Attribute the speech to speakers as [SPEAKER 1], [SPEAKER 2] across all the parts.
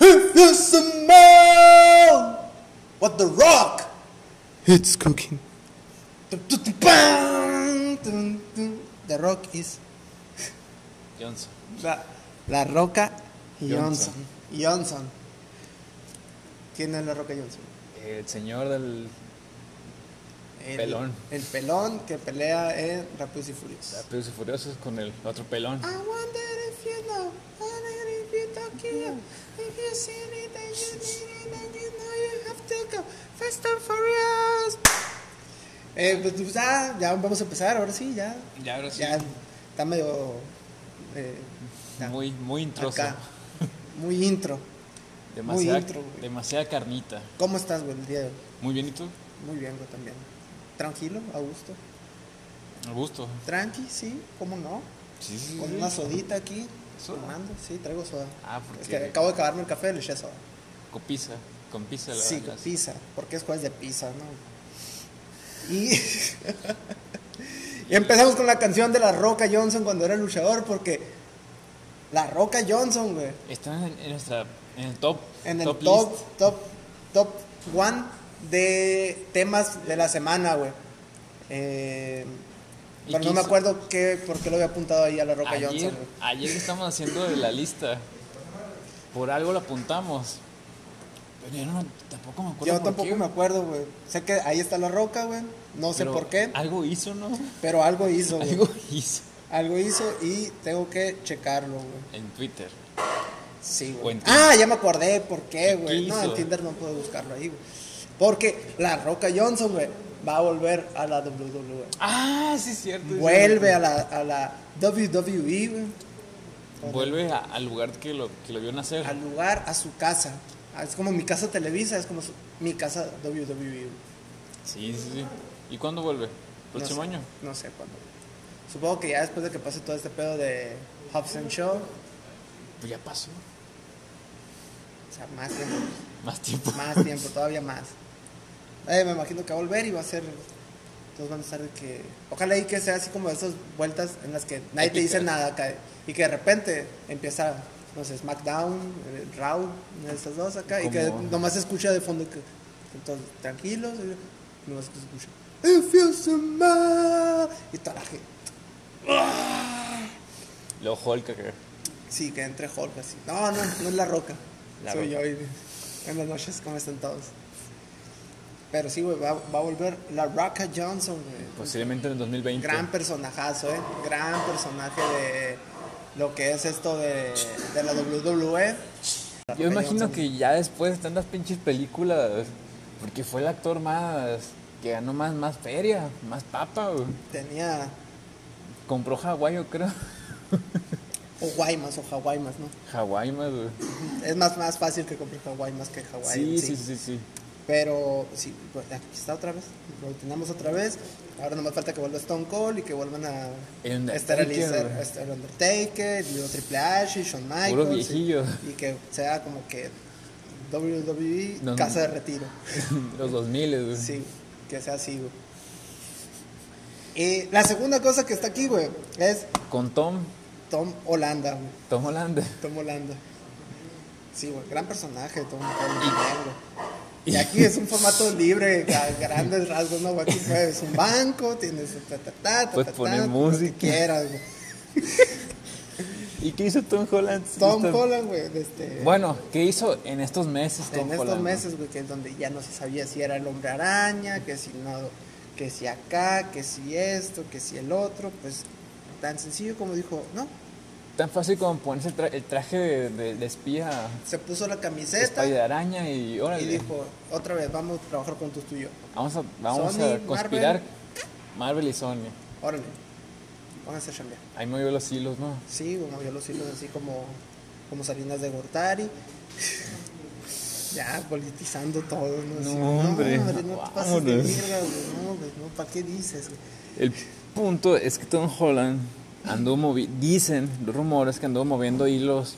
[SPEAKER 1] If you smell what the rock
[SPEAKER 2] It's cooking.
[SPEAKER 1] The rock is
[SPEAKER 3] Johnson.
[SPEAKER 1] la, la roca y Johnson.
[SPEAKER 3] Johnson.
[SPEAKER 1] Johnson. ¿Quién es la roca Johnson?
[SPEAKER 3] El señor del
[SPEAKER 1] El
[SPEAKER 3] Pelón.
[SPEAKER 1] El pelón que pelea en Rápidos y Furiosos.
[SPEAKER 3] Rápidos y Furiosos con el otro pelón.
[SPEAKER 1] I wonder if you know, I wonder if you don't care. If you see it and you need it and you know you have to go fast and furious. Eh, pues, pues, ah, ya vamos a empezar, ahora sí, ya.
[SPEAKER 3] Ya, ahora sí.
[SPEAKER 1] Ya está medio. eh, ya,
[SPEAKER 3] Muy, muy introso.
[SPEAKER 1] acá. Muy intro.
[SPEAKER 3] Demasiada,
[SPEAKER 1] intro, güey.
[SPEAKER 3] demasiada carnita.
[SPEAKER 1] ¿Cómo estás, güey, el día de hoy?
[SPEAKER 3] Muy bien, ¿y tú?
[SPEAKER 1] Muy bien, güey, también. Tranquilo, a gusto.
[SPEAKER 3] A gusto.
[SPEAKER 1] Tranqui, sí, ¿cómo no?
[SPEAKER 3] Sí, sí,
[SPEAKER 1] Con
[SPEAKER 3] sí.
[SPEAKER 1] una sodita aquí,
[SPEAKER 3] ¿Soda?
[SPEAKER 1] tomando, sí, traigo soda.
[SPEAKER 3] Ah, porque-
[SPEAKER 1] Es que acabo de acabarme el café, le eché soda.
[SPEAKER 3] Con pizza. Con pizza la
[SPEAKER 1] Sí,
[SPEAKER 3] verdad.
[SPEAKER 1] pizza, porque es jueves de pizza, ¿no? Y... y empezamos con la canción de La Roca Johnson cuando era luchador, porque La Roca Johnson, güey,
[SPEAKER 3] Está en, en nuestra. En el top.
[SPEAKER 1] en el top,
[SPEAKER 3] list.
[SPEAKER 1] top, top, one de temas de la semana, güey. Eh,
[SPEAKER 3] ¿Y
[SPEAKER 1] pero no
[SPEAKER 3] quién
[SPEAKER 1] me
[SPEAKER 3] hizo?
[SPEAKER 1] acuerdo qué, por qué lo había apuntado ahí a La Roca Johnson,
[SPEAKER 3] Ayer,
[SPEAKER 1] güey.
[SPEAKER 3] ayer estamos haciendo de la lista. Por algo la apuntamos. Pero yo no, tampoco me acuerdo.
[SPEAKER 1] Yo
[SPEAKER 3] por
[SPEAKER 1] tampoco
[SPEAKER 3] qué,
[SPEAKER 1] me acuerdo, güey. Sé que ahí está la roca, güey. No sé
[SPEAKER 3] pero
[SPEAKER 1] por qué,
[SPEAKER 3] Algo hizo, ¿no?
[SPEAKER 1] pero algo hizo, güey.
[SPEAKER 3] Algo hizo.
[SPEAKER 1] Algo hizo y tengo que checarlo, güey.
[SPEAKER 3] En Twitter.
[SPEAKER 1] Sí,
[SPEAKER 3] O
[SPEAKER 1] güey.
[SPEAKER 3] en Tinder.
[SPEAKER 1] Ah, ya me acordé por qué,
[SPEAKER 3] ¿Qué
[SPEAKER 1] güey. No,
[SPEAKER 3] hizo?
[SPEAKER 1] en Tinder no puedo buscarlo ahí, güey. Porque la Roca Johnson, güey, va a volver a la WWE.
[SPEAKER 3] Ah, sí, es cierto. sí,
[SPEAKER 1] Vuelve a la, a la WWE, güey.
[SPEAKER 3] cierto. Vuelve a- al lugar que lo, que lo vio nacer.
[SPEAKER 1] Al lugar, a su casa. Ah, Es como mi casa Televisa, es como su- mi casa WWE. güey.
[SPEAKER 3] Sí, sí, sí. ¿Y cuándo vuelve? ¿Próximo
[SPEAKER 1] no sé,
[SPEAKER 3] año?
[SPEAKER 1] No sé cuándo. Supongo que ya después de que pase todo este pedo de Hobson Show,
[SPEAKER 3] Pues ya pasó.
[SPEAKER 1] o sea, más tiempo,
[SPEAKER 3] Más tiempo.
[SPEAKER 1] más tiempo, todavía más. Eh, me imagino que va a volver y va a ser. Todos van a estar de que. Ojalá y que sea así como esas vueltas en las que nadie te dice
[SPEAKER 3] Épicas.
[SPEAKER 1] nada acá. Y que de repente empieza, no sé, SmackDown, eh, Raw, una de esas dos acá. Y que
[SPEAKER 3] Como-
[SPEAKER 1] nomás se escucha de fondo que. Entonces, tranquilos, y nomás se escucha. It feels so mal", Y toda la gente.
[SPEAKER 3] Lo Hulk acá.
[SPEAKER 1] Sí, que entre Hulk así. No, no, no es la roca.
[SPEAKER 3] La
[SPEAKER 1] Soy
[SPEAKER 3] Roca.
[SPEAKER 1] yo y- en las noches como están todos. Pero sí, güey, va, va a volver la Roca Johnson, güey.
[SPEAKER 3] Posiblemente en el 2020.
[SPEAKER 1] Gran personajazo, eh. Gran personaje de lo que es esto de, de la E. WWE. La
[SPEAKER 3] Yo
[SPEAKER 1] Roca
[SPEAKER 3] imagino
[SPEAKER 1] Johnson.
[SPEAKER 3] que ya después de tantas pinches películas, porque fue el actor más que ganó más, más feria, más papa, güey.
[SPEAKER 1] tenía
[SPEAKER 3] Compró Hawái, yo creo.
[SPEAKER 1] o Guaymas o Hawái más, ¿no?
[SPEAKER 3] Hawái más, güey.
[SPEAKER 1] Es más, más fácil que compre Hawái más que Hawái.
[SPEAKER 3] Sí,
[SPEAKER 1] en
[SPEAKER 3] sí, sí, sí.
[SPEAKER 1] Pero sí, pues, aquí está otra vez. Lo tenemos otra vez. Ahora nomás falta que vuelva Stone Cold y que vuelvan a
[SPEAKER 3] El Undertaker,
[SPEAKER 1] esterilizar
[SPEAKER 3] güey.
[SPEAKER 1] este, el Undertaker, y luego Triple H, y Shawn Michaels.
[SPEAKER 3] Puros
[SPEAKER 1] y-
[SPEAKER 3] viejillos.
[SPEAKER 1] Y, que sea como que WWE,
[SPEAKER 3] No, no.
[SPEAKER 1] casa de retiro.
[SPEAKER 3] Los 2000, güey.
[SPEAKER 1] Sí, que sea así, güey. Y la segunda cosa que está aquí, güey, es
[SPEAKER 3] Con Tom,
[SPEAKER 1] Tom Holanda, güey.
[SPEAKER 3] Tom Holland.
[SPEAKER 1] Tom Holanda. Sí, güey, gran personaje, Tom Holanda. Y aquí es un formato libre, a grandes rasgos, ¿no? güey? Aquí puedes un banco, tienes un ta, ta, ta, ta,
[SPEAKER 3] Puedes
[SPEAKER 1] ta, ta,
[SPEAKER 3] poner
[SPEAKER 1] lo que
[SPEAKER 3] música.
[SPEAKER 1] quieras, güey.
[SPEAKER 3] ¿Y qué hizo Tom Holland?
[SPEAKER 1] Tom
[SPEAKER 3] Esta-
[SPEAKER 1] Holland, güey, de este,
[SPEAKER 3] Bueno, ¿qué hizo en estos meses Tom
[SPEAKER 1] en estos
[SPEAKER 3] Holland?
[SPEAKER 1] meses, güey, que es donde ya no se sabía si era el hombre araña, que si no, que si acá, que si esto, que si el otro, pues tan sencillo como dijo, no,
[SPEAKER 3] Tan fácil como ponerse el, tra- el traje de, de- de espía,
[SPEAKER 1] se puso la camiseta
[SPEAKER 3] espía de araña y
[SPEAKER 1] y
[SPEAKER 3] órale.
[SPEAKER 1] dijo, otra vez, vamos a trabajar con tus tuyos.
[SPEAKER 3] Vamos a, vamos
[SPEAKER 1] Sony,
[SPEAKER 3] a conspirar
[SPEAKER 1] Marvel.
[SPEAKER 3] Marvel. y Sony.
[SPEAKER 1] Órale, vamos a hacer chambear.
[SPEAKER 3] Ahí movió los hilos, ¿no?
[SPEAKER 1] Sí, como yo los hilos así como, como Salinas de Gortari. Ya, politizando todo, ¿no? Así,
[SPEAKER 3] No, hombre,
[SPEAKER 1] No, no te pases de
[SPEAKER 3] vámonos.
[SPEAKER 1] mierda, güey. No, güey, no, ¿para qué dices? güey?
[SPEAKER 3] El punto es que Tom Holland andó movi dicen los rumores que andó moviendo hilos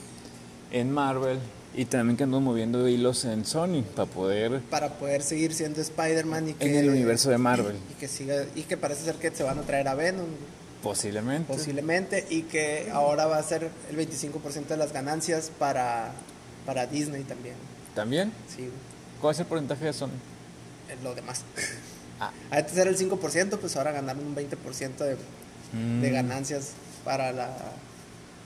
[SPEAKER 3] en Marvel y también que andó moviendo hilos en Sony para poder
[SPEAKER 1] Para poder seguir siendo Spider-Man y que...
[SPEAKER 3] en el universo de Marvel,
[SPEAKER 1] Y que siga, y que parece ser que se van a traer a Venom, güey,
[SPEAKER 3] posiblemente.
[SPEAKER 1] posiblemente, y que ahora va a ser el 25% de las ganancias para para Disney también.
[SPEAKER 3] ¿También?
[SPEAKER 1] Sí,
[SPEAKER 3] ¿Cuál es el porcentaje de Sony?
[SPEAKER 1] es lo demás.
[SPEAKER 3] Ah.
[SPEAKER 1] Antes era el 5%, pues ahora ganaron un 20% de,
[SPEAKER 3] Mm.
[SPEAKER 1] de ganancias para la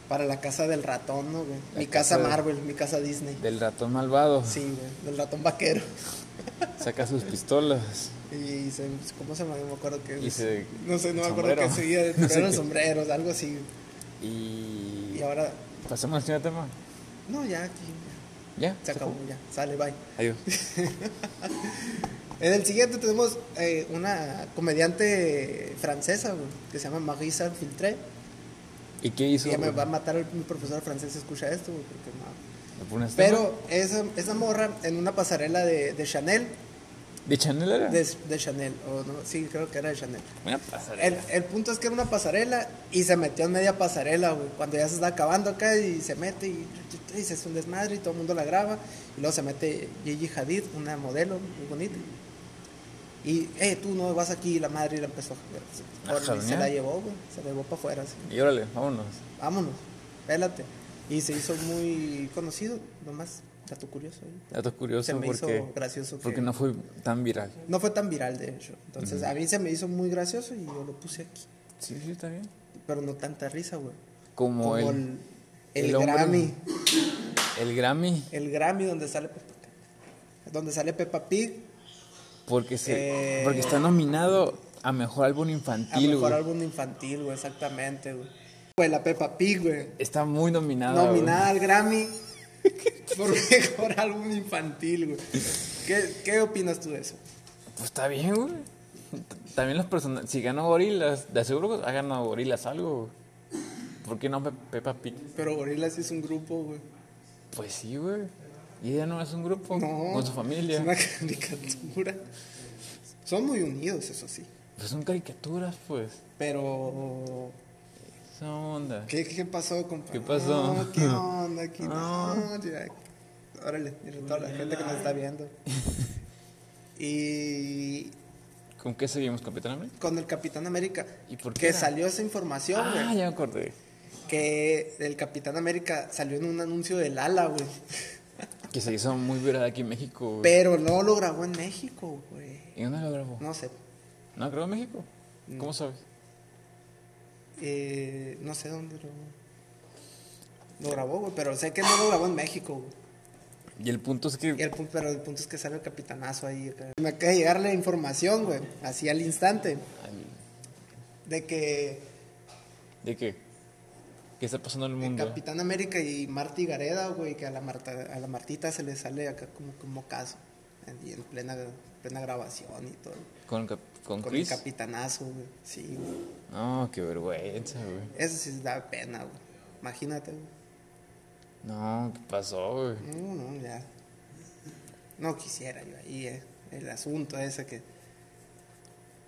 [SPEAKER 1] para la casa del ratón, ¿no, güey?
[SPEAKER 3] La
[SPEAKER 1] Mi
[SPEAKER 3] casa
[SPEAKER 1] casa
[SPEAKER 3] de-
[SPEAKER 1] Marvel, mi casa Disney.
[SPEAKER 3] Del ratón malvado.
[SPEAKER 1] Sí, güey, del ratón vaquero.
[SPEAKER 3] Saca sus pistolas.
[SPEAKER 1] Y se, ¿cómo se llama? No me acuerdo qué.
[SPEAKER 3] Y se-
[SPEAKER 1] no sé, no me
[SPEAKER 3] el
[SPEAKER 1] acuerdo qué
[SPEAKER 3] sombrero.
[SPEAKER 1] seguía.
[SPEAKER 3] No sé
[SPEAKER 1] Pero eran
[SPEAKER 3] qué.
[SPEAKER 1] sombreros, algo así.
[SPEAKER 3] Y.
[SPEAKER 1] Y ahora,
[SPEAKER 3] ¿Pasamos al siguiente tema?
[SPEAKER 1] no, ya aquí. ya,
[SPEAKER 3] ¿Ya?
[SPEAKER 1] Se acabó, ya. Sale, bye.
[SPEAKER 3] Adiós.
[SPEAKER 1] En el siguiente tenemos eh, una comediante francesa, güey, que se llama Marie Saint-Filtré.
[SPEAKER 3] ¿Y qué hizo?
[SPEAKER 1] Y ya me
[SPEAKER 3] güey?
[SPEAKER 1] va a matar el, mi profesor francés si escucha esto, güey, porque no.
[SPEAKER 3] ¿Le pones
[SPEAKER 1] Pero esa, esa morra en una pasarela de, de Chanel,
[SPEAKER 3] tema? ¿De Chanel era?
[SPEAKER 1] de, de Chanel, o no, sí, creo que era de Chanel.
[SPEAKER 3] Una pasarela.
[SPEAKER 1] El, el punto es que era una pasarela y se metió en media pasarela, güey. Cuando ya se está acabando acá y se mete y, y se hace un desmadre y todo el mundo la graba. Y luego se mete Gigi Hadid, una modelo muy bonita. Y, eh, tú no vas aquí, y la madre la empezó
[SPEAKER 3] Ah,
[SPEAKER 1] a joder. Y se
[SPEAKER 3] jalonear.
[SPEAKER 1] la llevó, güey. Se la llevó para afuera, así.
[SPEAKER 3] Y órale, vámonos.
[SPEAKER 1] Vámonos, pélate. Y se hizo muy conocido, nomás, dato curioso. ahí.
[SPEAKER 3] Dato curioso
[SPEAKER 1] Se me hizo
[SPEAKER 3] porque.
[SPEAKER 1] gracioso que-
[SPEAKER 3] Porque no fue tan viral.
[SPEAKER 1] No fue tan viral, de hecho. Entonces, a mí se me hizo muy gracioso y yo lo puse aquí.
[SPEAKER 3] Sí, sí, está bien.
[SPEAKER 1] Pero no tanta risa, güey.
[SPEAKER 3] Como,
[SPEAKER 1] como
[SPEAKER 3] el,
[SPEAKER 1] el, el
[SPEAKER 3] el hombre.
[SPEAKER 1] Grammy,
[SPEAKER 3] el Grammy.
[SPEAKER 1] el Grammy donde sale Peppa Pig, donde sale Peppa Pig
[SPEAKER 3] Porque, se,
[SPEAKER 1] Eh.
[SPEAKER 3] porque está nominado a mejor álbum
[SPEAKER 1] a
[SPEAKER 3] infantil,
[SPEAKER 1] mejor
[SPEAKER 3] güey.
[SPEAKER 1] álbum infantil, güey, exactamente, güey. Güey, la Peppa Pig, güey,
[SPEAKER 3] Está muy nominada. güey.
[SPEAKER 1] nominada al Grammy por mejor álbum infantil, güey. ¿Qué, ¿Qué opinas tú de eso?
[SPEAKER 3] Pues está bien, güey. T- También los personajes. Si ganó Gorilas, de seguro que ha ganado Gorilas algo. güey. ¿Por qué no Pe- Peppa Pig?
[SPEAKER 1] Pero Gorillaz es un grupo, güey.
[SPEAKER 3] Pues sí, güey. Y ella no es un grupo
[SPEAKER 1] No.
[SPEAKER 3] con su familia.
[SPEAKER 1] Es una caricatura. Son muy unidos, eso sí.
[SPEAKER 3] Pues son caricaturas, pues.
[SPEAKER 1] Pero
[SPEAKER 3] Esa onda.
[SPEAKER 1] ¿Qué, qué pasó, compa?
[SPEAKER 3] ¿Qué pasó?
[SPEAKER 1] No, ¿Qué onda aquí? No, Jack. Órale, mira, toda la gente que nos está viendo. Y
[SPEAKER 3] ¿Con qué seguimos, Capitán América?
[SPEAKER 1] con el Capitán América.
[SPEAKER 3] ¿Y por qué
[SPEAKER 1] Que
[SPEAKER 3] era?
[SPEAKER 1] salió esa información, güey.
[SPEAKER 3] Ah, ya me acordé.
[SPEAKER 1] Que el Capitán América salió en un anuncio del ala, güey.
[SPEAKER 3] Que se hizo muy viral aquí en México, güey.
[SPEAKER 1] Pero no lo grabó en México, güey.
[SPEAKER 3] ¿Y dónde lo grabó?
[SPEAKER 1] No sé.
[SPEAKER 3] No, creo en México. ¿Cómo sabes?
[SPEAKER 1] Eh, no sé dónde lo, lo grabó, güey. Pero sé que no lo grabó en México, güey.
[SPEAKER 3] Y el punto es que.
[SPEAKER 1] Y el pu- pero el punto es que sale el capitanazo ahí. acá. Me acaba de llegar la información, güey, así al instante,
[SPEAKER 3] Ay,
[SPEAKER 1] de que
[SPEAKER 3] ¿De qué? ¿Qué está pasando en el
[SPEAKER 1] el
[SPEAKER 3] mundo?
[SPEAKER 1] Capitán América y Marty Gareda, güey, que a la, Marta, a la Martita se le sale acá como, como caso, y en plena, plena grabación y todo.
[SPEAKER 3] ¿Con, Cap- con
[SPEAKER 1] Con el
[SPEAKER 3] Chris?
[SPEAKER 1] capitanazo, güey. Sí, güey.
[SPEAKER 3] No, qué vergüenza, güey.
[SPEAKER 1] Eso sí da pena, güey. Imagínate, güey.
[SPEAKER 3] No, ¿qué pasó, güey?
[SPEAKER 1] No, no, ya. No quisiera yo ahí, eh, El asunto ese que,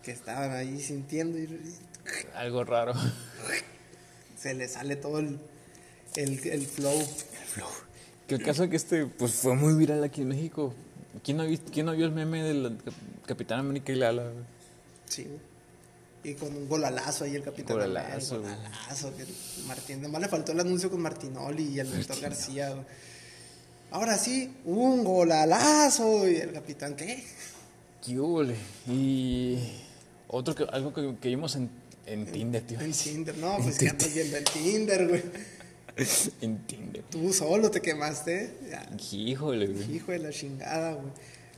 [SPEAKER 1] que estaban ahí sintiendo y- y
[SPEAKER 3] Algo raro.
[SPEAKER 1] se le sale todo el, el, el flow.
[SPEAKER 3] Que el caso es que este pues fue muy viral aquí en México. ¿Quién no, vi- quién no vio el meme del Cap- Capitán América y Lala? güey?
[SPEAKER 1] Sí, güey. Y con un golalazo ahí el capitán.
[SPEAKER 3] Golalazo,
[SPEAKER 1] América,
[SPEAKER 3] güey.
[SPEAKER 1] golalazo, que el Martín, nomás le faltó el anuncio con Martinoli y el doctor García. güey. Ahora sí, un golalazo. Y el capitán, ¿qué?
[SPEAKER 3] ¿Qué hubo, le? Y otro que, algo que, que vimos en, en Tinder, tío.
[SPEAKER 1] En Tinder. No, pues que andas viendo en Tinder, güey.
[SPEAKER 3] en Tinder.
[SPEAKER 1] Tú solo te quemaste. Ya,
[SPEAKER 3] Híjole, güey.
[SPEAKER 1] hijo de la chingada, güey.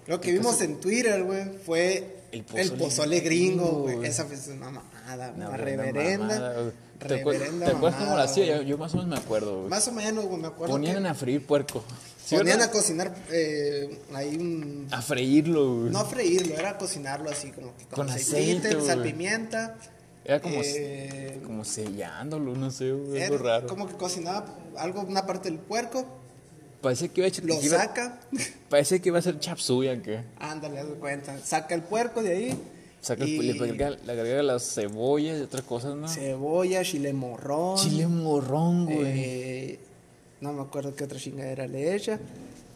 [SPEAKER 1] Lo que vimos en Twitter, güey, fue
[SPEAKER 3] El
[SPEAKER 1] el
[SPEAKER 3] pozole
[SPEAKER 1] pozole, gringo,
[SPEAKER 3] gringo,
[SPEAKER 1] güey.
[SPEAKER 3] güey.
[SPEAKER 1] Esa fue una mamada, güey. una
[SPEAKER 3] No, una
[SPEAKER 1] reverenda.
[SPEAKER 3] mamada, güey. ¿Te, acuer-
[SPEAKER 1] reverenda
[SPEAKER 3] ¿Te acuerdas cómo
[SPEAKER 1] mamada,
[SPEAKER 3] la hacía?
[SPEAKER 1] güey.
[SPEAKER 3] Yo, yo más o menos me acuerdo, güey.
[SPEAKER 1] Más o menos, güey, me acuerdo.
[SPEAKER 3] Ponían
[SPEAKER 1] que
[SPEAKER 3] a freír puerco. ¿Sí,
[SPEAKER 1] ponían
[SPEAKER 3] verdad?
[SPEAKER 1] a cocinar eh, ahí un.
[SPEAKER 3] a... freírlo, güey.
[SPEAKER 1] No a freírlo, era cocinarlo así, como que
[SPEAKER 3] Con
[SPEAKER 1] con,
[SPEAKER 3] aceite,
[SPEAKER 1] aceite, sal,
[SPEAKER 3] güey.
[SPEAKER 1] pimienta.
[SPEAKER 3] Era como,
[SPEAKER 1] eh,
[SPEAKER 3] como sellándolo, no sé, güey, algo
[SPEAKER 1] era
[SPEAKER 3] raro.
[SPEAKER 1] Como que cocinaba algo, una parte del puerco,
[SPEAKER 3] Parecía que iba a echar.
[SPEAKER 1] lo
[SPEAKER 3] que iba-
[SPEAKER 1] saca.
[SPEAKER 3] Parecía que iba a ser chapsuya, que
[SPEAKER 1] Ándale, haz de cuenta. Saca el puerco de ahí.
[SPEAKER 3] Saca,
[SPEAKER 1] y
[SPEAKER 3] le, agrega, le agrega las cebollas y otras cosas, ¿no?
[SPEAKER 1] Cebolla, chile morrón.
[SPEAKER 3] Chile morrón, güey.
[SPEAKER 1] eh, no me acuerdo qué otra chingadera le echa.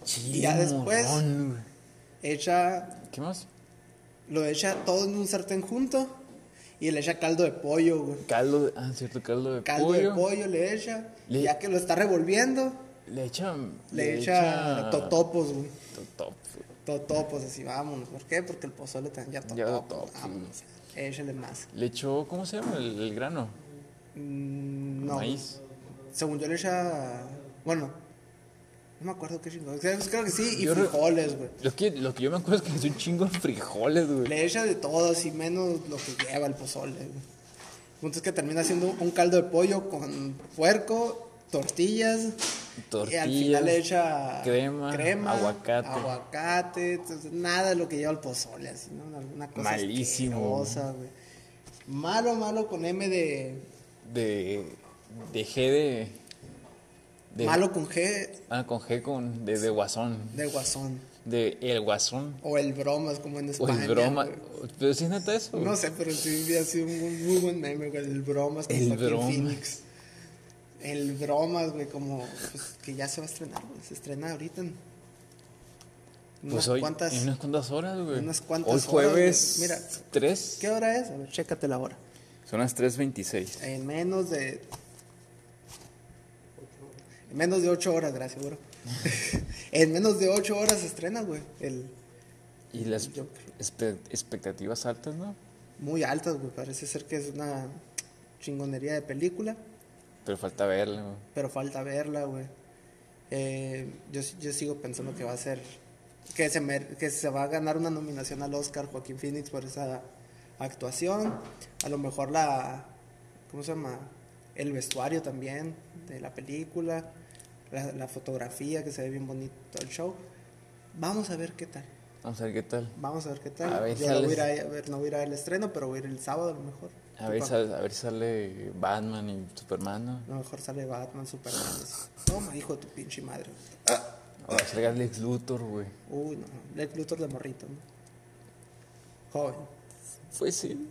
[SPEAKER 3] Chile
[SPEAKER 1] y ya después-
[SPEAKER 3] morrón, güey.
[SPEAKER 1] Echa
[SPEAKER 3] ¿Qué más?
[SPEAKER 1] Lo echa todo en un sartén junto y le echa caldo de pollo, güey.
[SPEAKER 3] Caldo, de- ah, cierto, caldo de
[SPEAKER 1] Caldo
[SPEAKER 3] pollo.
[SPEAKER 1] de pollo le echa.
[SPEAKER 3] Le-
[SPEAKER 1] Ya que lo está revolviendo,
[SPEAKER 3] Le echan.
[SPEAKER 1] Le echa totopos, güey.
[SPEAKER 3] Totop.
[SPEAKER 1] Totopos, así, vámonos. ¿Por qué? Porque el pozole también ya
[SPEAKER 3] Ya
[SPEAKER 1] totopos.
[SPEAKER 3] totopos.
[SPEAKER 1] Vámonos. Échale más.
[SPEAKER 3] Le echó, ¿cómo se llama? El, el grano.
[SPEAKER 1] Mm, No.
[SPEAKER 3] Maíz.
[SPEAKER 1] Según yo le echa. Bueno. No me acuerdo qué chingón. Creo pues creo que sí, y
[SPEAKER 3] Yo re-
[SPEAKER 1] frijoles, güey.
[SPEAKER 3] Lo que, lo que yo me acuerdo es que le echó un chingo de frijoles, güey.
[SPEAKER 1] Le echa de todo, así menos lo que lleva el pozole. güey. El punto es que termina haciendo un caldo de pollo con puerco, tortillas.
[SPEAKER 3] Tortillas,
[SPEAKER 1] Y al final le echa
[SPEAKER 3] crema, aguacate.
[SPEAKER 1] aguacate, entonces, nada de lo que lleva el pozole, así, ¿no? Alguna cosa
[SPEAKER 3] Malísimo.
[SPEAKER 1] asquerosa, güey. Malo, malo con M de.
[SPEAKER 3] De. De G de. de-
[SPEAKER 1] Malo con G
[SPEAKER 3] Ah, con G con. De, de guasón.
[SPEAKER 1] de guasón.
[SPEAKER 3] De el guasón.
[SPEAKER 1] O el bromas, como en
[SPEAKER 3] O
[SPEAKER 1] España.
[SPEAKER 3] el broma.
[SPEAKER 1] güey.
[SPEAKER 3] Pero si es neta eso. güey.
[SPEAKER 1] No sé, pero sí había sido un muy, muy buen meme, güey. El bromas con
[SPEAKER 3] El
[SPEAKER 1] Joaquín
[SPEAKER 3] Bromas.
[SPEAKER 1] Phoenix. El bromas, güey, como pues, que ya se va a estrenar, güey. Se estrena ahorita. En
[SPEAKER 3] Pues
[SPEAKER 1] unas
[SPEAKER 3] hoy,
[SPEAKER 1] cuantas.
[SPEAKER 3] en unas cuantas horas, güey.
[SPEAKER 1] unas cuantas
[SPEAKER 3] Hoy
[SPEAKER 1] horas,
[SPEAKER 3] jueves
[SPEAKER 1] güey. Mira.
[SPEAKER 3] 3.
[SPEAKER 1] ¿Qué hora es? A ver, chécate la hora.
[SPEAKER 3] Son las 3.26.
[SPEAKER 1] En menos de. En menos de 8 horas, gracias, bro. en menos de 8 horas se estrena, güey. El,
[SPEAKER 3] Y las
[SPEAKER 1] Yo creo.
[SPEAKER 3] espe- expectativas altas, ¿no?
[SPEAKER 1] muy altas, güey. Parece ser que es una chingonería de película.
[SPEAKER 3] Pero falta verla, güey.
[SPEAKER 1] pero falta verla, güey. Eh, yo, yo sigo pensando que va a ser, que se, mer- que se va a ganar una nominación al Oscar Joaquín Phoenix por esa actuación. A lo mejor la, ¿cómo se llama? El vestuario también de la película, la, la fotografía que se ve bien bonito el show. Vamos a ver qué tal.
[SPEAKER 3] Vamos a ver qué tal.
[SPEAKER 1] Vamos a ver qué tal.
[SPEAKER 3] A ver,
[SPEAKER 1] yo no voy a ir
[SPEAKER 3] sales-
[SPEAKER 1] a, a ver, no voy a ir al estreno, pero voy a ir el sábado a lo mejor.
[SPEAKER 3] A ver,
[SPEAKER 1] Tú,
[SPEAKER 3] sal- a ver si sale Batman y Superman, ¿no?
[SPEAKER 1] a lo mejor sale Batman, Superman. eso. Toma, hijo de tu pinche madre.
[SPEAKER 3] O que salga Lex Luthor, güey.
[SPEAKER 1] Uy, no. Lex Luthor de morrito, ¿no? Joven.
[SPEAKER 3] Fue sí.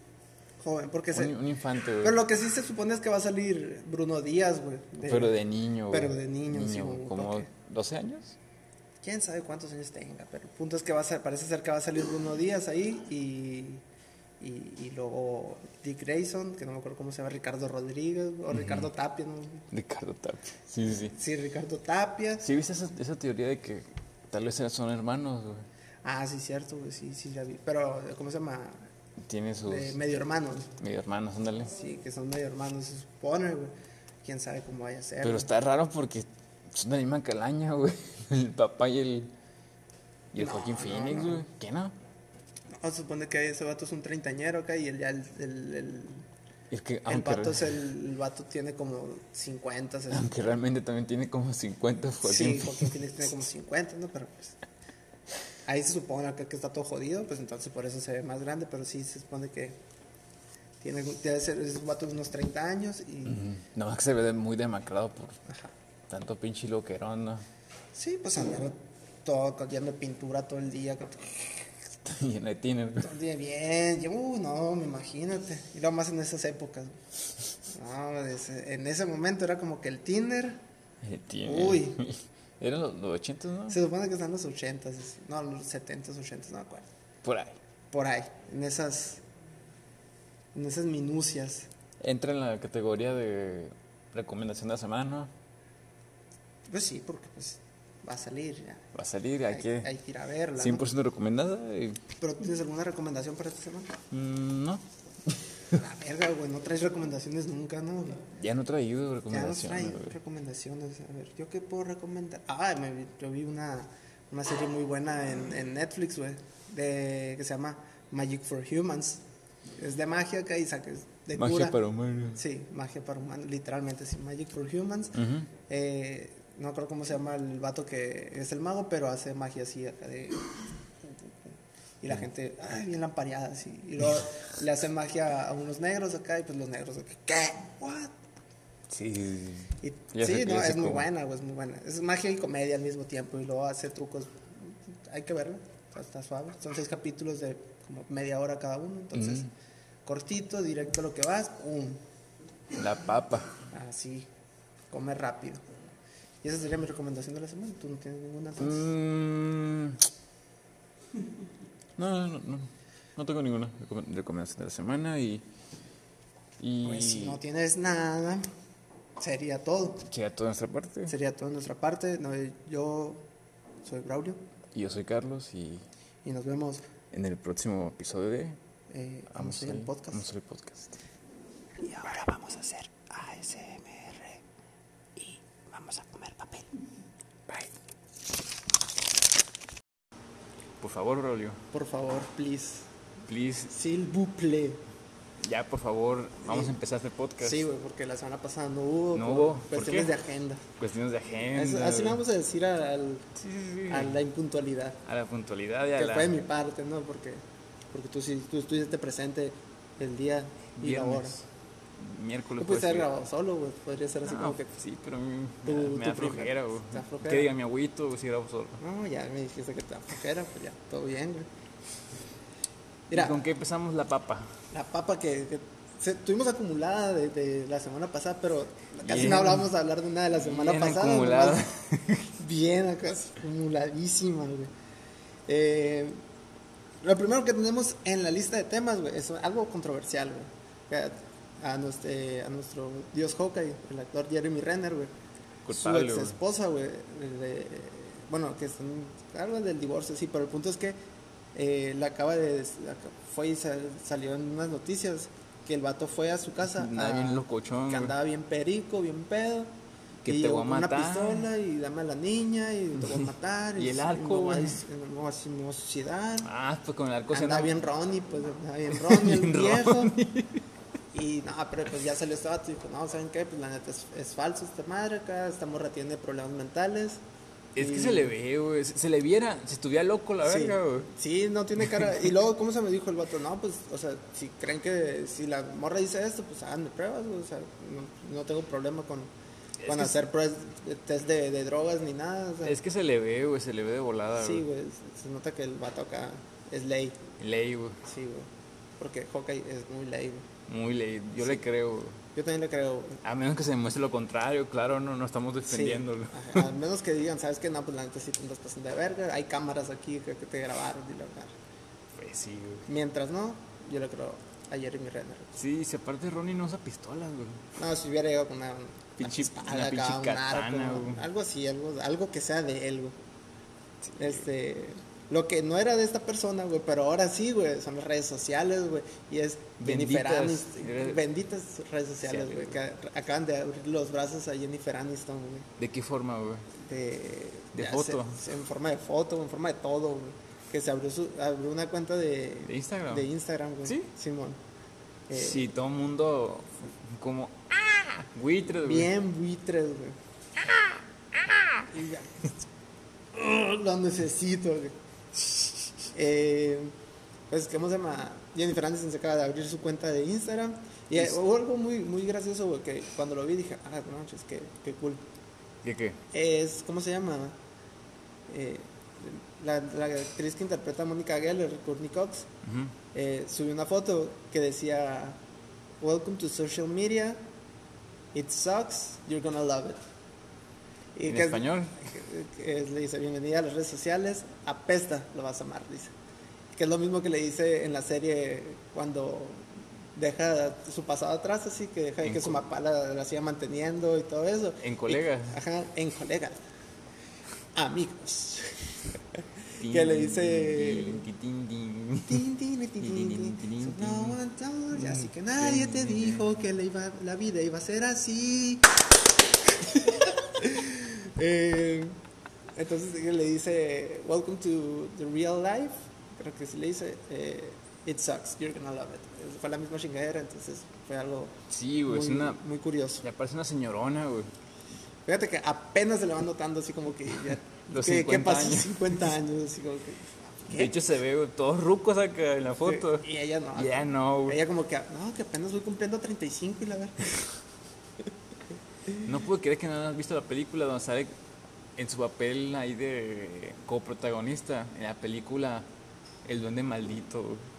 [SPEAKER 1] Joven, porque se...
[SPEAKER 3] Un, un infante, güey.
[SPEAKER 1] Pero
[SPEAKER 3] Pero,
[SPEAKER 1] lo que sí se supone es que va a salir Bruno Díaz, güey. de-
[SPEAKER 3] de niño, güey.
[SPEAKER 1] Pero de niño, sí,
[SPEAKER 3] güey.
[SPEAKER 1] güey,
[SPEAKER 3] Como
[SPEAKER 1] ¿por qué?
[SPEAKER 3] 12 años.
[SPEAKER 1] Quién sabe cuántos años tenga, pero el punto es que va a ser- parece ser que va a salir Bruno Díaz ahí y... Y, y luego Dick Grayson, que no me acuerdo cómo se llama, Ricardo Rodríguez o Ricardo Tapia, ¿no?
[SPEAKER 3] Ricardo Tapia. Sí, sí, sí.
[SPEAKER 1] Sí, Ricardo Tapia.
[SPEAKER 3] ¿Sí viste esa, esa teoría de que tal vez son hermanos, güey?
[SPEAKER 1] Ah, sí, cierto, güey, sí, sí, la vi. Pero, ¿cómo se llama?
[SPEAKER 3] Tiene sus
[SPEAKER 1] De medio hermanos.
[SPEAKER 3] medio hermanos, ándale.
[SPEAKER 1] Sí, que son medio hermanos, se supone, güey. Quién sabe cómo vaya a ser.
[SPEAKER 3] Pero
[SPEAKER 1] güey.
[SPEAKER 3] está raro porque son de la misma calaña, güey. El papá y el. Y el
[SPEAKER 1] No,
[SPEAKER 3] Joaquín
[SPEAKER 1] no,
[SPEAKER 3] Phoenix,
[SPEAKER 1] no.
[SPEAKER 3] güey. ¿Qué no?
[SPEAKER 1] No, se supone que ese vato es un treintañero acá y el, ya el, el, el,
[SPEAKER 3] Es que
[SPEAKER 1] el
[SPEAKER 3] aunque,
[SPEAKER 1] vato es el, el vato tiene como 50, 60.
[SPEAKER 3] aunque realmente también tiene como 50 Joaquín
[SPEAKER 1] Sí, Joaquín Phoenix tiene como 50, ¿no? Pero pues. Ahí se supone acá que está todo jodido, pues entonces por eso se ve más grande, pero sí se supone que tiene, debe ser, es un vato de unos 30 años y.
[SPEAKER 3] No, más Mm. que se ve de- muy demacrado por
[SPEAKER 1] Ajá.
[SPEAKER 3] tanto pinche loquerón, ¿no?
[SPEAKER 1] Sí, pues andaba todo, lleno de pintura todo el día, que-
[SPEAKER 3] Y no tiene.
[SPEAKER 1] Todo el día bien, yo, uh, no, me imagínate. Y lo más en esas épocas. No, ese- en ese momento era como que el Tinder.
[SPEAKER 3] eh, tiene.
[SPEAKER 1] Uy.
[SPEAKER 3] Eran los, los 80, ¿no?
[SPEAKER 1] Se supone que están los 80s, es- no, los 70s, 80s, no me acuerdo.
[SPEAKER 3] Por ahí.
[SPEAKER 1] Por ahí, en esas. En esas minucias.
[SPEAKER 3] Entra en la categoría de recomendación de la semana.
[SPEAKER 1] Pues sí, porque pues va a salir ya.
[SPEAKER 3] Va a salir, hay que.
[SPEAKER 1] hay que ir a verla. ¿no?
[SPEAKER 3] 100% recomendada. y,
[SPEAKER 1] Pero ¿tienes alguna recomendación para esta semana?
[SPEAKER 3] mm, no.
[SPEAKER 1] La verga, güey, no traes recomendaciones nunca, ¿no? güey?
[SPEAKER 3] Ya no he traído
[SPEAKER 1] Ya nos
[SPEAKER 3] recomendaciones,
[SPEAKER 1] trae
[SPEAKER 3] güey.
[SPEAKER 1] recomendaciones. A ver, ¿yo qué puedo recomendar? Ah, me vi- yo vi una, una serie muy buena en, en Netflix, güey, de- que se llama Magic for Humans. Es de magia acá y saques de
[SPEAKER 3] Magia
[SPEAKER 1] cura.
[SPEAKER 3] para humanos.
[SPEAKER 1] Sí, magia para humanos, literalmente, sí, Magic for Humans.
[SPEAKER 3] Ujú.
[SPEAKER 1] Eh, no creo cómo se llama el vato que es el mago, pero hace magia así acá de... Y la gente, ay, bien lampareada, así. Y luego le hacen magia a unos negros acá y pues los negros, acá, ¿qué? ¿What?
[SPEAKER 3] Sí, sí, sí.
[SPEAKER 1] Y-
[SPEAKER 3] Ya sé
[SPEAKER 1] sí,
[SPEAKER 3] que-
[SPEAKER 1] no,
[SPEAKER 3] ya sé
[SPEAKER 1] es muy
[SPEAKER 3] cómo.
[SPEAKER 1] buena, güey, es muy buena. Es magia y comedia al mismo tiempo y luego hace trucos. Hay que verla, está, está suave. Son seis capítulos de como media hora cada uno, entonces cortito, directo a lo que vas, pum,
[SPEAKER 3] La papa.
[SPEAKER 1] así, come rápido. Y esa sería mi recomendación de la semana. Tú no tienes ninguna. entonces?
[SPEAKER 3] Mm. No, no, no. No tengo ninguna recome- recomendación de la semana y. y
[SPEAKER 1] Pues si no tienes nada, Sería todo.
[SPEAKER 3] Sería toda nuestra parte.
[SPEAKER 1] Sería todo de nuestra parte. No, yo soy Braulio
[SPEAKER 3] Y yo soy Carlos y
[SPEAKER 1] y nos vemos
[SPEAKER 3] en el próximo episodio de
[SPEAKER 1] eh, vamos en
[SPEAKER 3] al-
[SPEAKER 1] el podcast.
[SPEAKER 3] Vamos al podcast.
[SPEAKER 1] Y ahora vamos a hacer ASMR y vamos a comer papel.
[SPEAKER 3] Bye. Por favor, Braulio.
[SPEAKER 1] Por favor, please.
[SPEAKER 3] Please.
[SPEAKER 1] S'il vous plaît.
[SPEAKER 3] Ya, por favor, vamos
[SPEAKER 1] Sí.
[SPEAKER 3] a empezar este podcast.
[SPEAKER 1] Sí, güey, porque la semana pasada no hubo.
[SPEAKER 3] No
[SPEAKER 1] por
[SPEAKER 3] hubo. ¿Por
[SPEAKER 1] Cuestiones
[SPEAKER 3] qué?
[SPEAKER 1] de agenda.
[SPEAKER 3] Cuestiones de agenda.
[SPEAKER 1] Es- así le vamos a decir a, al-
[SPEAKER 3] Sí, sí, sí.
[SPEAKER 1] a la impuntualidad.
[SPEAKER 3] A la puntualidad y a
[SPEAKER 1] que
[SPEAKER 3] la.
[SPEAKER 1] fue de mi parte, ¿no? Porque, porque tú sí tú estuviste presente el día y
[SPEAKER 3] viernes.
[SPEAKER 1] la hora.
[SPEAKER 3] Miércoles.
[SPEAKER 1] Tú pudiste haber
[SPEAKER 3] puede ser.
[SPEAKER 1] grabado solo, güey. Podría ser así
[SPEAKER 3] Ah,
[SPEAKER 1] como que.
[SPEAKER 3] Sí, pero a mí me,
[SPEAKER 1] Tu-
[SPEAKER 3] da-
[SPEAKER 1] tu
[SPEAKER 3] me da
[SPEAKER 1] flojera.
[SPEAKER 3] flojera, güey.
[SPEAKER 1] Te da flojera.
[SPEAKER 3] Que diga mi agüito, güey, si grabo solo.
[SPEAKER 1] No, ya me dijiste que te da flojera, pues ya, todo bien, güey.
[SPEAKER 3] ¿Y
[SPEAKER 1] Mira,
[SPEAKER 3] con qué empezamos la papa?
[SPEAKER 1] la papa que, que se- tuvimos acumulada de, de la semana pasada, pero casi
[SPEAKER 3] Bien.
[SPEAKER 1] no hablamos de hablar de nada de la semana
[SPEAKER 3] Bien
[SPEAKER 1] pasada.
[SPEAKER 3] acumulada.
[SPEAKER 1] nomás- Bien, acá, acumuladísima, güey. Eh, lo primero que tenemos en la lista de temas, güey, es algo controversial, güey. Que A, a nuestro, a nuestro dios Hawkeye, el actor Jeremy Renner, güey.
[SPEAKER 3] Culpable,
[SPEAKER 1] su
[SPEAKER 3] güey.
[SPEAKER 1] ex esposa, güey. le- Bueno, que están. Algo del divorcio, sí, pero el punto es que eh, la acaba de. la ca- fue y sal- salió en unas noticias que el vato fue a su casa.
[SPEAKER 3] Andaba
[SPEAKER 1] a-
[SPEAKER 3] bien locochón,
[SPEAKER 1] Ah, Que
[SPEAKER 3] güey.
[SPEAKER 1] andaba bien perico, bien pedo.
[SPEAKER 3] Que
[SPEAKER 1] y
[SPEAKER 3] te
[SPEAKER 1] llegó
[SPEAKER 3] voy a
[SPEAKER 1] con una
[SPEAKER 3] matar.
[SPEAKER 1] pistola y dame a la niña y te voy a matar.
[SPEAKER 3] Y el arco,
[SPEAKER 1] me voy a
[SPEAKER 3] güey.
[SPEAKER 1] dis- me voy a- me voy a suicidar.
[SPEAKER 3] Ah, pues con el arco se
[SPEAKER 1] Andaba
[SPEAKER 3] anda-
[SPEAKER 1] bien Ronnie, pues andaba bien Ronnie, el
[SPEAKER 3] Bien
[SPEAKER 1] viejo.
[SPEAKER 3] Ronnie.
[SPEAKER 1] Y no, pero pues ya salió este vato y dijo, no, ¿saben qué? Pues la neta es, es falso esta madre acá, esta morra tiene problemas mentales.
[SPEAKER 3] Es que
[SPEAKER 1] Y-
[SPEAKER 3] se le ve, güey. Se se le viera, si estuviera loco la
[SPEAKER 1] sí,
[SPEAKER 3] verga, güey.
[SPEAKER 1] sí, no tiene cara. Y luego, ¿cómo se me dijo el vato? No, pues, o sea, si creen que si la morra dice esto, pues háganme pruebas, güey, o sea, no, no tengo problema con,
[SPEAKER 3] Es
[SPEAKER 1] con
[SPEAKER 3] que-
[SPEAKER 1] hacer pruebas, test de, de drogas ni nada. o sea,
[SPEAKER 3] Es que se le ve, güey, se le ve de volada,
[SPEAKER 1] sí,
[SPEAKER 3] güey.
[SPEAKER 1] güey, se- se nota que el vato acá es ley,
[SPEAKER 3] Ley, güey.
[SPEAKER 1] sí, güey. Porque Hawkeye es muy ley, güey.
[SPEAKER 3] Muy ley. Yo le creo, güey.
[SPEAKER 1] Yo también le creo, güey.
[SPEAKER 3] A menos que se demuestre lo contrario, claro, no, no estamos defendiéndolo.
[SPEAKER 1] Sí, ajá, al menos que digan, ¿sabes qué? No, pues la neta sí te andas pasando de verga. Hay cámaras aquí que, que te grabaron y la verdad.
[SPEAKER 3] Pues sí, güey.
[SPEAKER 1] Mientras no, yo le creo a Jeremy Renner.
[SPEAKER 3] Sí, si aparte Ronnie no usa pistolas, güey.
[SPEAKER 1] No, si hubiera llegado con una, una
[SPEAKER 3] Pinche-
[SPEAKER 1] espada
[SPEAKER 3] una
[SPEAKER 1] acá,
[SPEAKER 3] pinche
[SPEAKER 1] un
[SPEAKER 3] katana,
[SPEAKER 1] arco,
[SPEAKER 3] güey.
[SPEAKER 1] algo así, algo, algo que sea de él, güey. Este, lo que no era de esta persona, güey, pero ahora sí, güey, son las redes sociales, güey, y es Jennifer
[SPEAKER 3] Benditas
[SPEAKER 1] Aniston,
[SPEAKER 3] redes-
[SPEAKER 1] benditas redes sociales,
[SPEAKER 3] sociales,
[SPEAKER 1] güey, que acaban de abrir los brazos a Jennifer Aniston, güey.
[SPEAKER 3] ¿De qué forma, güey?
[SPEAKER 1] de,
[SPEAKER 3] De
[SPEAKER 1] este, ya
[SPEAKER 3] foto.
[SPEAKER 1] se- se- en forma de foto, en forma de todo, güey. Que se abrió, su- abrió una cuenta de,
[SPEAKER 3] ¿De Instagram?
[SPEAKER 1] de Instagram, güey.
[SPEAKER 3] ¿Sí?
[SPEAKER 1] Simón. Eh,
[SPEAKER 3] Sí, todo el mundo como... ¡Ah! Buitres, güey.
[SPEAKER 1] Bien buitres, güey. Y ya. Ugh, Lo necesito, güey. Eh, pues, ¿cómo se llama? Jennifer Aniston se acaba de abrir su cuenta de Instagram. Y eh, hubo algo muy, muy gracioso, güey, que cuando lo vi dije, ah, no manches, qué, qué cool.
[SPEAKER 3] ¿Qué qué?
[SPEAKER 1] es, ¿cómo se llama? Eh, la, la actriz que interpreta a Mónica Geller, Courtney Cox,
[SPEAKER 3] Ujú.
[SPEAKER 1] eh, subió una foto que decía, Welcome to social media, it sucks, you're gonna love it.
[SPEAKER 3] ¿En
[SPEAKER 1] que es-
[SPEAKER 3] español?
[SPEAKER 1] que es- le dice, bienvenida a las redes sociales, apesta, lo vas a amar, dice. Que es lo mismo que le dice en la serie cuando deja su pasado atrás, así que deja de
[SPEAKER 3] En
[SPEAKER 1] que su
[SPEAKER 3] co-
[SPEAKER 1] papá la, la siga manteniendo y todo eso.
[SPEAKER 3] En colegas.
[SPEAKER 1] Y- ajá, en colegas. Amigos. Que le dice-
[SPEAKER 3] Tin, tin, tin, tin.
[SPEAKER 1] Tin, tin, tin, tin, tin, tin. So no one told you, Así que nadie te dijo que la, iba- la vida iba a ser así. Eh, entonces ella le dice, Welcome to the real life. Creo que sí le dice, eh, It sucks, you're gonna love it. Fue la misma chingadera, entonces fue algo
[SPEAKER 3] Sí, güey, es
[SPEAKER 1] muy-
[SPEAKER 3] una...
[SPEAKER 1] muy curioso.
[SPEAKER 3] Le parece una señorona, güey.
[SPEAKER 1] Fíjate que apenas se le van notando así como que ya...
[SPEAKER 3] Los
[SPEAKER 1] ¿qué, qué
[SPEAKER 3] 50
[SPEAKER 1] pasó
[SPEAKER 3] años.
[SPEAKER 1] 50 años? Así como que...
[SPEAKER 3] De hecho se ve, güey, todos rucos acá en la foto.
[SPEAKER 1] Y ella no.
[SPEAKER 3] Ya no, güey.
[SPEAKER 1] Ella como que, no, que apenas voy cumpliendo 35 y la verdad.
[SPEAKER 3] No puedo creer que no has visto la película donde sale en su papel ahí de coprotagonista en la película El Duende Maldito. güey.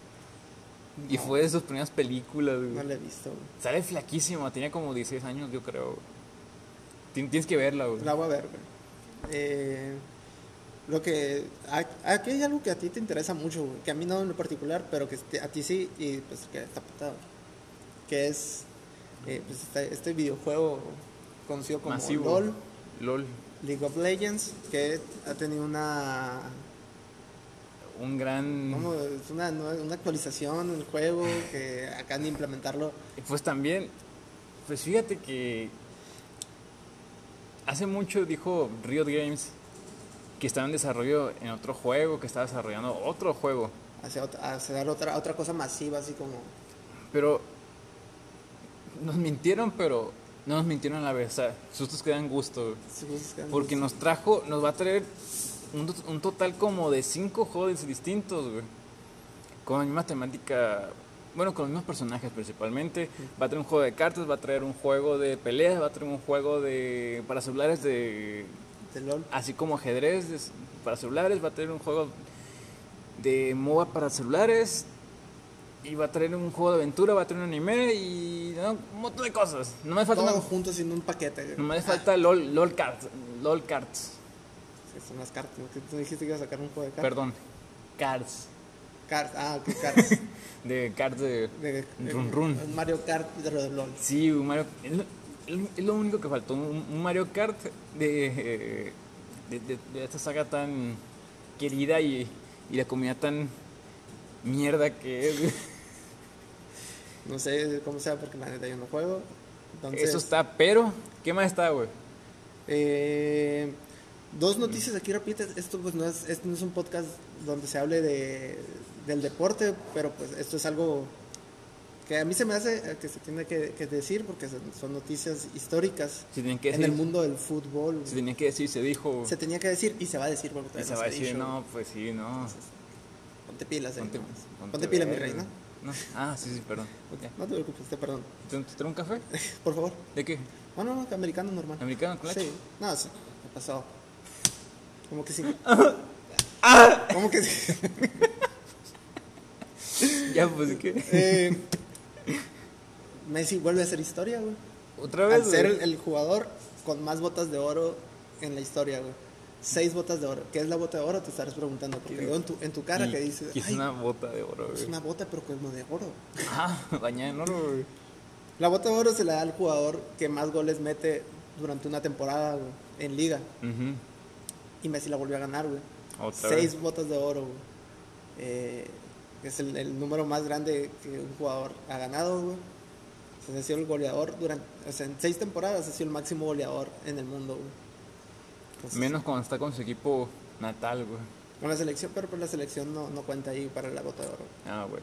[SPEAKER 3] Y
[SPEAKER 1] No.
[SPEAKER 3] fue de sus primeras películas. güey.
[SPEAKER 1] No la he visto, güey.
[SPEAKER 3] Sale flaquísima, tenía como 16 años, yo creo. güey. Tien- Tienes que verla, güey.
[SPEAKER 1] La voy a ver, güey. Eh, lo que. a- Aquí hay algo que a ti te interesa mucho, güey. Que a mí no en lo particular, pero que te- a ti sí, y pues que está patado. Que es. eh, pues, este, este videojuego conocido como
[SPEAKER 3] Masivo.
[SPEAKER 1] LOL,
[SPEAKER 3] LOL.
[SPEAKER 1] League of Legends, que ha tenido una,
[SPEAKER 3] Un gran.
[SPEAKER 1] ¿cómo? Es una, nue- una actualización, un juego que acaban de implementarlo.
[SPEAKER 3] Y Pues también, pues fíjate que hace mucho dijo Riot Games que estaba en desarrollo en otro juego, que estaba desarrollando otro juego,
[SPEAKER 1] Hacia, ot- hacia otra, otra cosa masiva, así como...
[SPEAKER 3] pero nos mintieron, pero no nos mintieron a la vez, o sea, sustos que dan gusto, güey. porque nos trajo, nos va a traer un, tot- un total como de cinco juegos distintos, güey, con la misma temática, bueno, con los mismos personajes principalmente, va a traer un juego de cartas, va a traer un juego de peleas, va a traer un juego de para celulares de
[SPEAKER 1] De LOL.
[SPEAKER 3] así como ajedrez de- para celulares, va a traer un juego de MOBA para celulares y va a traer un juego de aventura, va a traer un anime y no, un montón de cosas. No me falta
[SPEAKER 1] Todo
[SPEAKER 3] una-
[SPEAKER 1] junto haciendo un paquete.
[SPEAKER 3] no me
[SPEAKER 1] Ah,
[SPEAKER 3] falta LOL, LOL Cards, LOL Cards,
[SPEAKER 1] que son las cartas. ¿no? Que tú dijiste que iba a sacar un juego de cartas.
[SPEAKER 3] perdón, Cards
[SPEAKER 1] Cards, ah, ok, cartas.
[SPEAKER 3] de cards de
[SPEAKER 1] De- de-
[SPEAKER 3] Run Run.
[SPEAKER 1] Mario Kart, pero de LOL.
[SPEAKER 3] Sí, un Mario es lo, es lo único que faltó, un, un Mario Kart de, de, de- de esta saga tan querida y, y la comida tan mierda que es.
[SPEAKER 1] No sé cómo sea porque la neta yo no juego. Entonces,
[SPEAKER 3] Eso está, pero ¿qué más está, güey?
[SPEAKER 1] eh, dos noticias aquí rapiditas. Esto pues no es, esto no es un podcast donde se hable de, del deporte, pero pues esto es algo que a mí se me hace eh, que se tiene que, que decir porque son, son noticias históricas
[SPEAKER 3] Si tienen que
[SPEAKER 1] en
[SPEAKER 3] decir,
[SPEAKER 1] el mundo del fútbol.
[SPEAKER 3] si tenían que decir, se dijo.
[SPEAKER 1] Se tenía que decir y se va a decir porque
[SPEAKER 3] y
[SPEAKER 1] todavía
[SPEAKER 3] se
[SPEAKER 1] no
[SPEAKER 3] va a
[SPEAKER 1] se ha
[SPEAKER 3] decir,
[SPEAKER 1] dicho.
[SPEAKER 3] no, pues sí, no.
[SPEAKER 1] Ponte pilas, eh,
[SPEAKER 3] Ponte,
[SPEAKER 1] nomás. ponte, pilas, mi
[SPEAKER 3] verga.
[SPEAKER 1] reina.
[SPEAKER 3] No, Ah, sí, sí, perdón. Ya.
[SPEAKER 1] No te preocupes, te perdón.
[SPEAKER 3] ¿Te, te traigo un café?
[SPEAKER 1] Por favor.
[SPEAKER 3] ¿De qué?
[SPEAKER 1] No, no, no, americano normal.
[SPEAKER 3] ¿Americano con leche?
[SPEAKER 1] Sí, no, sí, me pasó. ¿Cómo que sí?
[SPEAKER 3] Ah.
[SPEAKER 1] ¿Cómo que sí?
[SPEAKER 3] Ya, pues qué.
[SPEAKER 1] Eh, Messi vuelve a ser historia, güey.
[SPEAKER 3] Otra
[SPEAKER 1] Al
[SPEAKER 3] vez.
[SPEAKER 1] ser el,
[SPEAKER 3] güey?
[SPEAKER 1] el jugador con más botas de oro en la historia, güey. Seis botas de oro. ¿Qué es la bota de oro? Te estarás preguntando. Porque veo en tu, en tu cara
[SPEAKER 3] Y-
[SPEAKER 1] que dices,
[SPEAKER 3] y es
[SPEAKER 1] "Ay,
[SPEAKER 3] una bota de oro,
[SPEAKER 1] es
[SPEAKER 3] güey.
[SPEAKER 1] una bota, pero como de oro.
[SPEAKER 3] Ah, bañada en oro, güey.
[SPEAKER 1] La bota de oro se la da al jugador que más goles mete durante una temporada, güey, en liga.
[SPEAKER 3] Ujú.
[SPEAKER 1] Y Messi la volvió a ganar, güey.
[SPEAKER 3] Otra
[SPEAKER 1] Seis
[SPEAKER 3] vez.
[SPEAKER 1] botas de oro, güey. Eh, es el, el número más grande que un jugador ha ganado, güey. O sea, ha sido el goleador durante. O sea, en seis temporadas ha sido el máximo goleador en el mundo, güey. Entonces,
[SPEAKER 3] Menos cuando está con su equipo natal, güey.
[SPEAKER 1] Con la selección, pero pues la selección no, no cuenta ahí para la bota de oro.
[SPEAKER 3] Ah, güey.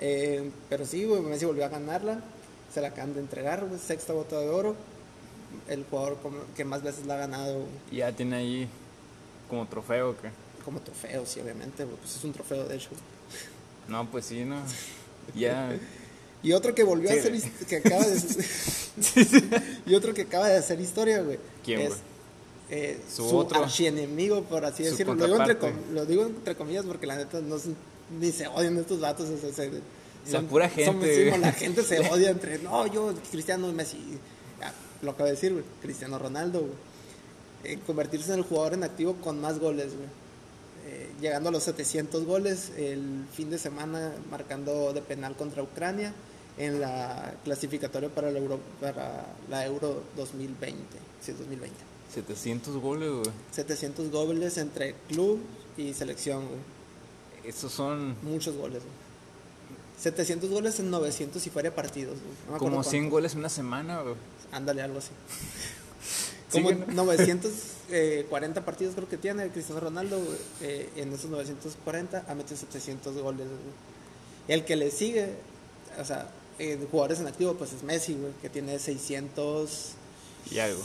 [SPEAKER 1] Eh, pero sí, güey, Messi volvió a ganarla. Se la acaban de entregar, güey. Sexta bota de oro. El jugador como- que más veces la ha ganado güey,
[SPEAKER 3] Y ya tiene ahí como trofeo, que.
[SPEAKER 1] como trofeo, sí, obviamente. güey, Pues es un trofeo, de hecho.
[SPEAKER 3] No, pues sí, no. Ya.
[SPEAKER 1] Y otro que volvió
[SPEAKER 3] Sí.
[SPEAKER 1] a hacer his- que acaba de Y otro que acaba de hacer historia, güey.
[SPEAKER 3] ¿Quién,
[SPEAKER 1] es,
[SPEAKER 3] güey?
[SPEAKER 1] eh, su
[SPEAKER 3] Su otro.
[SPEAKER 1] archienemigo, por así
[SPEAKER 3] Su
[SPEAKER 1] decirlo. Lo digo, entre, com-
[SPEAKER 3] contraparte.
[SPEAKER 1] lo digo entre comillas porque la neta no se- ni se odian estos datos. O sea, se-
[SPEAKER 3] La pura gente,
[SPEAKER 1] sí,
[SPEAKER 3] güey.
[SPEAKER 1] no, la gente se odia entre, no, yo, Cristiano Messi. Ah, Lo acabo de decir, güey. Cristiano Ronaldo, güey. Eh, convertirse en el jugador en activo con más goles, güey. Eh, llegando a los 700 goles el fin de semana marcando de penal contra Ucrania en la clasificatoria para la Euro, para la Euro 2020, sí, 2020.
[SPEAKER 3] 700 goles, güey.
[SPEAKER 1] 700 goles entre club y selección, güey.
[SPEAKER 3] Esos son
[SPEAKER 1] muchos goles. güey. 700 goles en 900 y fuera partidos. güey. No me acuerdo
[SPEAKER 3] como
[SPEAKER 1] cuánto.
[SPEAKER 3] 100 goles en una semana, güey.
[SPEAKER 1] Ándale, algo así.
[SPEAKER 3] Sí,
[SPEAKER 1] Como
[SPEAKER 3] ¿no?
[SPEAKER 1] 940 partidos creo que tiene Cristiano Ronaldo. güey. Eh, en esos 940 ha metido 700 goles. güey. El que le sigue, o sea, eh, de jugadores en activo, pues es Messi, güey, que tiene 600.
[SPEAKER 3] Y algo.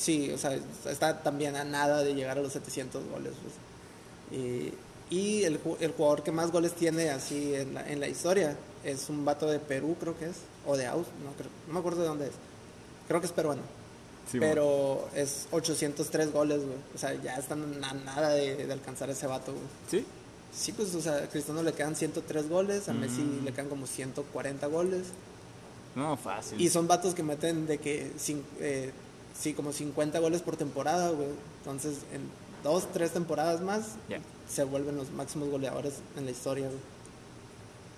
[SPEAKER 1] Sí, o sea, está también a nada de llegar a los 700 goles. pues. Y, y el, ju- el jugador que más goles tiene así en la, en la historia es un vato de Perú, creo que es, o de Aus, no, creo, no me acuerdo de dónde es. Creo que es peruano.
[SPEAKER 3] Sí, güey.
[SPEAKER 1] pero es 803 goles, güey. O sea, ya están a nada de, de alcanzar a ese vato, güey.
[SPEAKER 3] ¿Sí?
[SPEAKER 1] Sí, pues, o sea, a Cristiano le quedan 103 goles, a Messi
[SPEAKER 3] Mm.
[SPEAKER 1] le quedan como 140 goles.
[SPEAKER 3] No, fácil.
[SPEAKER 1] Y son vatos que meten de que, cin- eh, sí, como 50 goles por temporada, güey. Entonces, en dos, tres temporadas más,
[SPEAKER 3] Ya.
[SPEAKER 1] se vuelven los máximos goleadores en la historia, güey.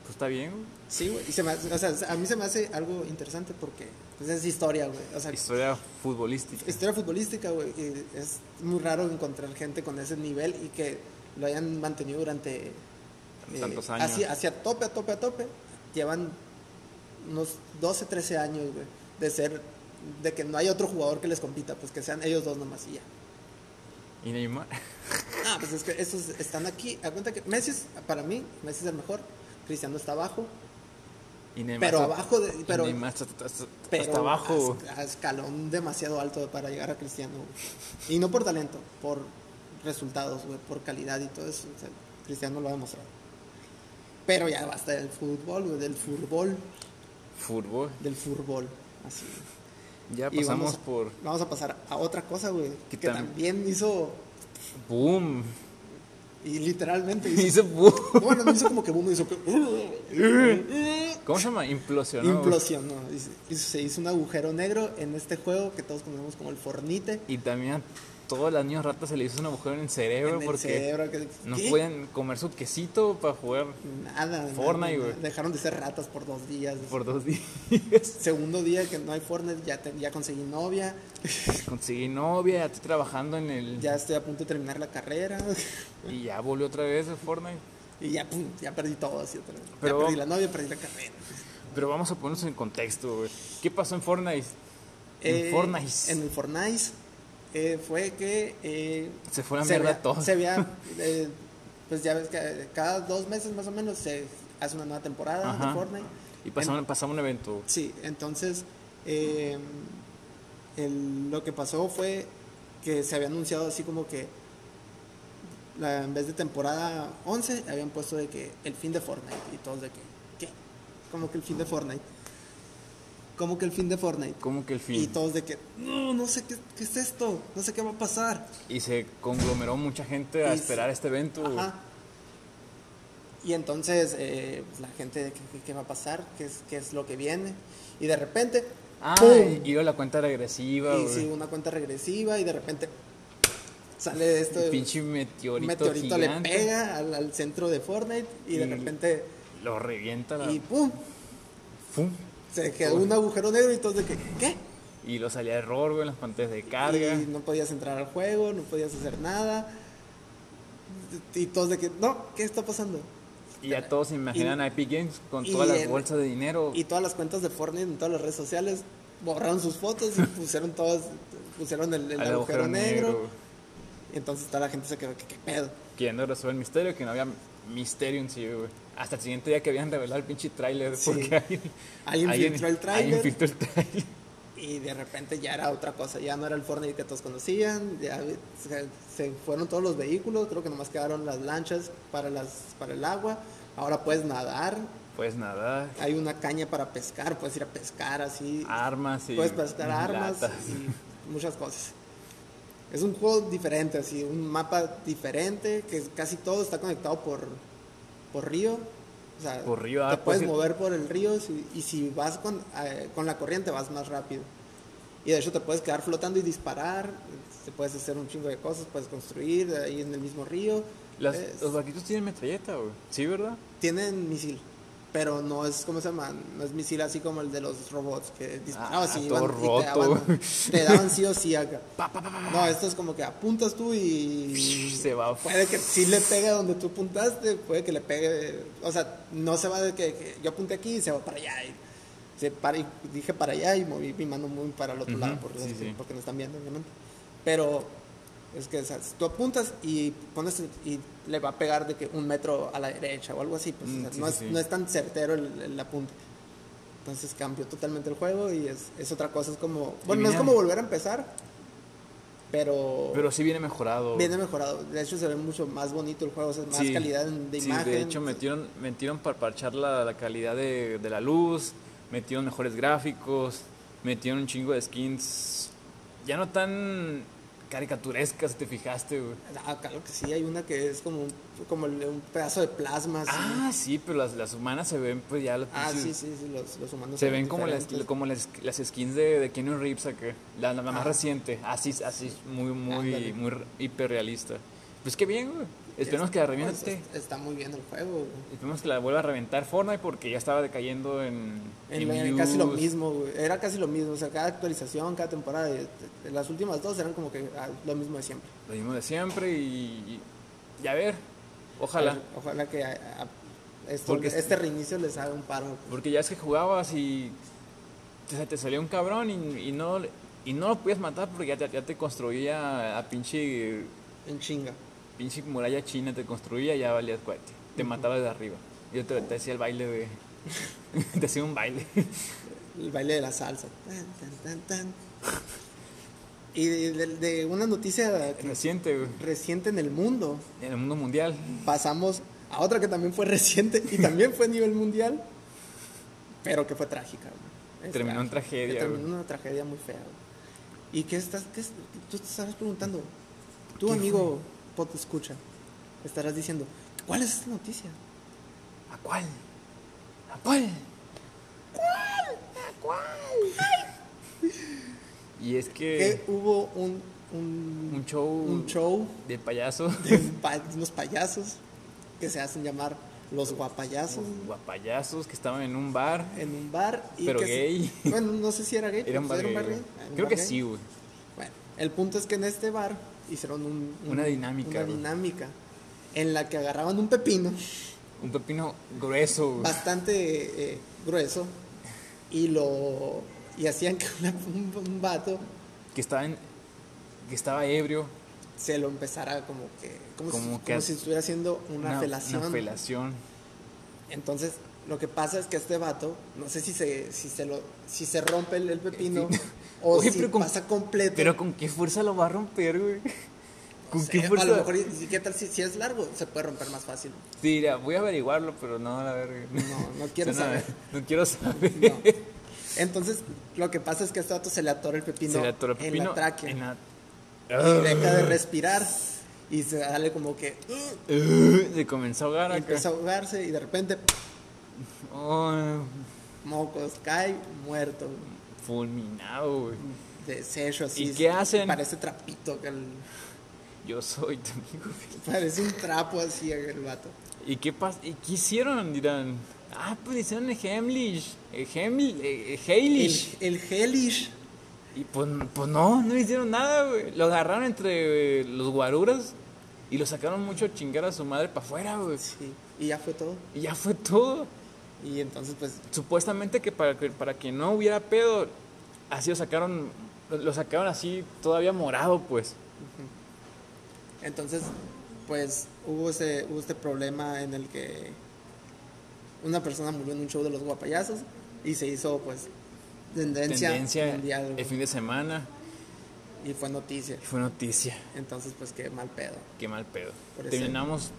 [SPEAKER 3] Pues está bien, güey.
[SPEAKER 1] Sí, güey. Y se me hace- o sea, a mí se me hace algo interesante porque Pues es historia, güey. O sea,
[SPEAKER 3] Historia futbolística.
[SPEAKER 1] historia futbolística, güey. que es muy raro encontrar gente con ese nivel y que lo hayan mantenido durante
[SPEAKER 3] Tantos
[SPEAKER 1] eh,
[SPEAKER 3] años.
[SPEAKER 1] Hacia, hacia tope, a tope, a tope. Llevan unos 12, 13 años, güey, de ser, de que no hay otro jugador que les compita, pues que sean ellos dos nomás y ya.
[SPEAKER 3] Y Neymar.
[SPEAKER 1] Ah, pues es que esos están aquí. A cuenta que Messi, es- para mí, Messi es el mejor. Cristiano está abajo,
[SPEAKER 3] Y Neymar
[SPEAKER 1] pero
[SPEAKER 3] está-
[SPEAKER 1] abajo, de-
[SPEAKER 3] y
[SPEAKER 1] pero,
[SPEAKER 3] Neymar está, está- está-
[SPEAKER 1] pero
[SPEAKER 3] está abajo.
[SPEAKER 1] a- a escalón demasiado alto para llegar a Cristiano. güey. Y no por talento, por resultados, güey, por calidad y todo eso. O sea, Cristiano lo ha demostrado. Pero ya basta del fútbol, güey, del fútbol,
[SPEAKER 3] Fútbol.
[SPEAKER 1] del fútbol. Así.
[SPEAKER 3] Ya
[SPEAKER 1] Y
[SPEAKER 3] pasamos
[SPEAKER 1] vamos a-
[SPEAKER 3] por
[SPEAKER 1] Vamos a pasar a otra cosa, güey,
[SPEAKER 3] Que
[SPEAKER 1] que,
[SPEAKER 3] tam-
[SPEAKER 1] también hizo,
[SPEAKER 3] boom.
[SPEAKER 1] y literalmente hizo.
[SPEAKER 3] Hizo boom.
[SPEAKER 1] bueno, no hizo como que boom, hizo que.
[SPEAKER 3] ¿Cómo se llama? Implosionó.
[SPEAKER 1] Implosionó. Y se- y se hizo un agujero negro en este juego que todos conocemos como el fornite.
[SPEAKER 3] Y también a todos los niños ratas se le hizo un agujero en el cerebro
[SPEAKER 1] en el
[SPEAKER 3] porque
[SPEAKER 1] cerebro. Que,
[SPEAKER 3] no
[SPEAKER 1] ¿qué?
[SPEAKER 3] pueden comer su quesito para jugar
[SPEAKER 1] Nada.
[SPEAKER 3] Fortnite,
[SPEAKER 1] nada,
[SPEAKER 3] güey.
[SPEAKER 1] Dejaron de ser ratas por dos días.
[SPEAKER 3] por dos días.
[SPEAKER 1] Segundo día que no hay Fortnite, ya, te- ya conseguí novia.
[SPEAKER 3] Conseguí novia, ya estoy trabajando en el.
[SPEAKER 1] Ya estoy a punto de terminar la carrera.
[SPEAKER 3] Y ya volvió otra vez el Fortnite.
[SPEAKER 1] Y ya, pum, ya perdí todo. Así, otra vez.
[SPEAKER 3] Pero-
[SPEAKER 1] ya perdí la novia, perdí la carrera.
[SPEAKER 3] Pero vamos a ponernos en contexto, güey. ¿Qué pasó en Fortnite? En
[SPEAKER 1] Eh,
[SPEAKER 3] Fortnite.
[SPEAKER 1] En el Fortnite eh, fue que. eh,
[SPEAKER 3] Se fue a la mierda
[SPEAKER 1] vea-
[SPEAKER 3] todo.
[SPEAKER 1] Se vea, eh, pues ya ves que cada dos meses más o menos se hace una nueva temporada
[SPEAKER 3] Ajá.
[SPEAKER 1] de Fortnite.
[SPEAKER 3] Y pasamos, pasamos un evento.
[SPEAKER 1] Sí, entonces eh, el- lo que pasó fue que se había anunciado así como que la- en vez de temporada 11 habían puesto de que el fin de Fortnite y todos de que, ¿qué? Como que el fin de Fortnite. Como que el fin de Fortnite.
[SPEAKER 3] Como que el
[SPEAKER 1] Y
[SPEAKER 3] fin.
[SPEAKER 1] todos de que, no, no sé qué, qué es esto, no sé qué va a pasar.
[SPEAKER 3] Y, se conglomeró mucha gente a
[SPEAKER 1] Y se-
[SPEAKER 3] esperar este evento. güey.
[SPEAKER 1] Ajá. Y entonces eh, pues, la gente, de que, que- ¿qué va a pasar? ¿Qué es, ¿Qué es lo que viene? Y de repente,
[SPEAKER 3] Ah,
[SPEAKER 1] ¡pum!
[SPEAKER 3] y dio la cuenta regresiva,
[SPEAKER 1] Y
[SPEAKER 3] güey.
[SPEAKER 1] sí, una cuenta regresiva y de repente sale de esto.
[SPEAKER 3] El pinche meteorito,
[SPEAKER 1] un meteorito le
[SPEAKER 3] gigante.
[SPEAKER 1] pega al, al centro de Fortnite y de
[SPEAKER 3] Y-
[SPEAKER 1] repente
[SPEAKER 3] Lo revienta la.
[SPEAKER 1] y
[SPEAKER 3] Y,
[SPEAKER 1] pum, se quedó un agujero negro y todo de que ¿qué?
[SPEAKER 3] y lo salía error, güey, en las pantallas de carga.
[SPEAKER 1] Y no podías entrar al juego, no podías hacer nada. Y todos de que, no, ¿qué está pasando?
[SPEAKER 3] Y ya todos se imaginan
[SPEAKER 1] y-
[SPEAKER 3] a Epic Games con
[SPEAKER 1] y
[SPEAKER 3] todas las
[SPEAKER 1] el-
[SPEAKER 3] bolsas de dinero.
[SPEAKER 1] Y todas las cuentas de Fortnite en todas las redes sociales borraron sus fotos y pusieron todas, pusieron el, el
[SPEAKER 3] al
[SPEAKER 1] agujero, negro.
[SPEAKER 3] güey.
[SPEAKER 1] Y entonces toda la gente se quedó, ¿qué, qué pedo?
[SPEAKER 3] Queriendo resolver el misterio, que no había misterio en sí, güey. Hasta el siguiente día que habían revelado el pinche tráiler.
[SPEAKER 1] Sí.
[SPEAKER 3] Porque alguien,
[SPEAKER 1] Alguien filtró el tráiler.
[SPEAKER 3] Alguien filtró el tráiler.
[SPEAKER 1] Y de repente ya era otra cosa, ya no era el Fortnite que todos conocían, ya se, se fueron todos los vehículos, creo que nomás quedaron las lanchas para, las, para el agua, ahora puedes nadar,
[SPEAKER 3] Pues nada,
[SPEAKER 1] hay una caña para pescar, puedes ir a pescar así,
[SPEAKER 3] armas y.
[SPEAKER 1] puedes pescar armas
[SPEAKER 3] latas.
[SPEAKER 1] y muchas cosas. Es un juego diferente, así, un mapa diferente, que casi todo está conectado por, por río. O sea,
[SPEAKER 3] Por río, ah,
[SPEAKER 1] te
[SPEAKER 3] pues
[SPEAKER 1] puedes
[SPEAKER 3] sí.
[SPEAKER 1] mover por el río si- y si vas con, eh, con la corriente vas más rápido. Y de hecho te puedes quedar flotando y disparar, te puedes hacer un chingo de cosas, puedes construir ahí en el mismo río.
[SPEAKER 3] Las-
[SPEAKER 1] Es-
[SPEAKER 3] los vaquitos tienen metralleta, güey. Sí, ¿verdad?
[SPEAKER 1] tienen misil, pero no es como se llama, no es misil así como el de los robots que disparaban
[SPEAKER 3] Ah,
[SPEAKER 1] así
[SPEAKER 3] todo
[SPEAKER 1] iban y te
[SPEAKER 3] roto,
[SPEAKER 1] daban,
[SPEAKER 3] güey.
[SPEAKER 1] te daban sí o sí acá.
[SPEAKER 3] Pa, pa, pa, pa, pa.
[SPEAKER 1] No, esto es como que apuntas tú y
[SPEAKER 3] Se va.
[SPEAKER 1] puede que sí le pegue a donde tú apuntaste, puede que le pegue, o sea, no se va de que, que yo apunté aquí y se va para allá y se para y dije para allá y moví mi mano muy para el otro
[SPEAKER 3] Ujú,
[SPEAKER 1] lado porque,
[SPEAKER 3] sí, sí.
[SPEAKER 1] porque no están viendo obviamente. Pero es que o sea, si tú apuntas y pones y le va a pegar de que un metro a la derecha o algo así, pues o
[SPEAKER 3] Mm,
[SPEAKER 1] sea,
[SPEAKER 3] sí,
[SPEAKER 1] no,
[SPEAKER 3] sí,
[SPEAKER 1] es,
[SPEAKER 3] sí.
[SPEAKER 1] no es tan certero el, el apunte. Entonces cambió totalmente el juego y es, es otra cosa, es como, bueno, no es
[SPEAKER 3] mira-
[SPEAKER 1] como volver a empezar, pero,
[SPEAKER 3] Pero sí viene mejorado.
[SPEAKER 1] viene mejorado. De hecho se ve mucho más bonito el juego, o sea, más
[SPEAKER 3] Sí,
[SPEAKER 1] calidad en- de
[SPEAKER 3] sí,
[SPEAKER 1] imagen.
[SPEAKER 3] de hecho, metieron, metieron para parchar la, la calidad de, de la luz, metieron mejores gráficos, metieron un chingo de skins. Ya no tan caricaturescas, si te fijaste, güey.
[SPEAKER 1] Ah, claro que sí, hay una que es como un, como el- un pedazo de plasma. así.
[SPEAKER 3] Ah, sí, pero las, las humanas se ven, pues ya. las
[SPEAKER 1] Ah,
[SPEAKER 3] pinches-
[SPEAKER 1] sí, sí, sí, los, los humanos.
[SPEAKER 3] Se
[SPEAKER 1] son
[SPEAKER 3] ven como las,
[SPEAKER 1] diferentes.
[SPEAKER 3] como las, las skins de, de Keanu Reeves acá, la, la más
[SPEAKER 1] Ah.
[SPEAKER 3] reciente, así, así muy, muy,
[SPEAKER 1] Ándale.
[SPEAKER 3] muy hiperrealista. Pues qué bien, güey. Esperemos que la
[SPEAKER 1] Pues,
[SPEAKER 3] reviente.
[SPEAKER 1] es- está muy bien el juego, güey.
[SPEAKER 3] Esperemos que la vuelva a reventar Fortnite porque ya estaba decayendo en.
[SPEAKER 1] En la- en casi lo
[SPEAKER 3] views.
[SPEAKER 1] mismo, güey. Era casi lo mismo. O sea, cada actualización, cada temporada. eh, eh, las últimas dos eran como que ah, lo mismo de siempre.
[SPEAKER 3] Lo mismo de siempre y. y- y a ver. Ojalá.
[SPEAKER 1] Ojalá que a- a- esto-
[SPEAKER 3] Porque es-
[SPEAKER 1] este reinicio les haga un paro.
[SPEAKER 3] Porque ya es que jugabas y. Te, se te salía un cabrón y, y no. Y no lo podías matar porque ya te, ya te construía a pinche.
[SPEAKER 1] En chinga.
[SPEAKER 3] Pinche muralla china te construía y ya valías cuate. Te mataba de arriba. Yo te, te hacía el baile de. te hacía un baile.
[SPEAKER 1] El baile de la salsa. Tan, tan, tan, tan. Y de, de- de una noticia que-
[SPEAKER 3] Reciente, güey.
[SPEAKER 1] reciente en el mundo,
[SPEAKER 3] En el mundo mundial.
[SPEAKER 1] pasamos a otra que también fue reciente y también fue a nivel mundial, pero que fue trágica. güey. Es
[SPEAKER 3] Terminó en tragedia,
[SPEAKER 1] Terminó
[SPEAKER 3] güey.
[SPEAKER 1] en una tragedia muy fea. güey. ¿Y qué estás, qué es- tú te estarás preguntando? Tú,
[SPEAKER 3] ¿Qué
[SPEAKER 1] amigo, pot escucha, estarás diciendo, ¿cuál es esta noticia?
[SPEAKER 3] ¿A cuál? ¿A cuál? Y es que
[SPEAKER 1] Que hubo un, un,
[SPEAKER 3] Eh. un show,
[SPEAKER 1] un show
[SPEAKER 3] de payaso,
[SPEAKER 1] de un pa- de unos payasos que se hacen llamar los guapayazos
[SPEAKER 3] guapayazos que estaban en un bar.
[SPEAKER 1] en un bar. Y
[SPEAKER 3] Pero
[SPEAKER 1] que se-
[SPEAKER 3] gay.
[SPEAKER 1] bueno, no sé si era gay.
[SPEAKER 3] Era un
[SPEAKER 1] pues,
[SPEAKER 3] bar
[SPEAKER 1] un
[SPEAKER 3] gay,
[SPEAKER 1] gay.
[SPEAKER 3] güey.
[SPEAKER 1] Ah, un
[SPEAKER 3] Creo
[SPEAKER 1] bar
[SPEAKER 3] que
[SPEAKER 1] gay.
[SPEAKER 3] sí, güey.
[SPEAKER 1] Bueno, el punto es que en este bar hicieron un- un-
[SPEAKER 3] Una dinámica,
[SPEAKER 1] una
[SPEAKER 3] güey.
[SPEAKER 1] dinámica en la que agarraban un pepino
[SPEAKER 3] Un pepino grueso, güey.
[SPEAKER 1] bastante eh, grueso y lo y hacían que una- un, un vato
[SPEAKER 3] Que estaba, en- que estaba ebrio.
[SPEAKER 1] se lo empezara como que como, si,
[SPEAKER 3] Como que
[SPEAKER 1] como
[SPEAKER 3] hace-
[SPEAKER 1] si estuviera haciendo una, felación.
[SPEAKER 3] Una felación.
[SPEAKER 1] Entonces, lo que pasa es que este vato, no sé si se, si se, lo, si se rompe el, el pepino
[SPEAKER 3] Sí.
[SPEAKER 1] o
[SPEAKER 3] Oye,
[SPEAKER 1] si
[SPEAKER 3] pero con-
[SPEAKER 1] pasa completo.
[SPEAKER 3] Pero con qué fuerza lo va a romper, güey. Con
[SPEAKER 1] No sé,
[SPEAKER 3] qué fuerza.
[SPEAKER 1] a lo mejor, y- y ¿qué tal si, si es largo? Se puede romper más fácil.
[SPEAKER 3] Sí, mira, voy a averiguarlo, pero no, la verga.
[SPEAKER 1] No, no quiero
[SPEAKER 3] No,
[SPEAKER 1] saber.
[SPEAKER 3] No quiero saber.
[SPEAKER 1] No. Entonces, lo que pasa es que a este vato se le atora el pepino,
[SPEAKER 3] Se le atoró el
[SPEAKER 1] en
[SPEAKER 3] pepino
[SPEAKER 1] la tráquea.
[SPEAKER 3] en la-
[SPEAKER 1] Y deja de respirar. Y se sale como que "Ugh",
[SPEAKER 3] Se comenzó a ahogar
[SPEAKER 1] y
[SPEAKER 3] acá.
[SPEAKER 1] empieza a ahogarse y de repente,
[SPEAKER 3] Oh,
[SPEAKER 1] mocos, cae muerto.
[SPEAKER 3] fulminado, güey.
[SPEAKER 1] Deshecho así.
[SPEAKER 3] ¿Y qué hacen?
[SPEAKER 1] Parece trapito. que el-
[SPEAKER 3] Yo soy tu amigo. güey.
[SPEAKER 1] parece un trapo así el vato.
[SPEAKER 3] ¿Y qué pas ¿Y qué hicieron? Dirán. Ah, pues hicieron el Heimlich. El Heimlich. El Heimlich.
[SPEAKER 1] El, el Hellish.
[SPEAKER 3] Y pues, pues no, no hicieron nada, güey. Lo agarraron entre eh, los guaruras y lo sacaron mucho a chingar a su madre para afuera, güey.
[SPEAKER 1] Sí, y ya fue todo.
[SPEAKER 3] Y ya fue todo.
[SPEAKER 1] Y entonces, pues,
[SPEAKER 3] Supuestamente que para que, para que no hubiera pedo, así lo sacaron, lo sacaron así todavía morado, pues.
[SPEAKER 1] entonces, pues, hubo, ese, hubo este problema en el que una persona murió en un show de los guapayazos y se hizo, pues, tendencia,
[SPEAKER 3] Tendencia
[SPEAKER 1] mundial.
[SPEAKER 3] el
[SPEAKER 1] güey,
[SPEAKER 3] fin de semana.
[SPEAKER 1] Y fue noticia.
[SPEAKER 3] Fue noticia.
[SPEAKER 1] Entonces, pues, qué mal pedo.
[SPEAKER 3] Qué mal pedo.
[SPEAKER 1] Por eso.
[SPEAKER 3] Terminamos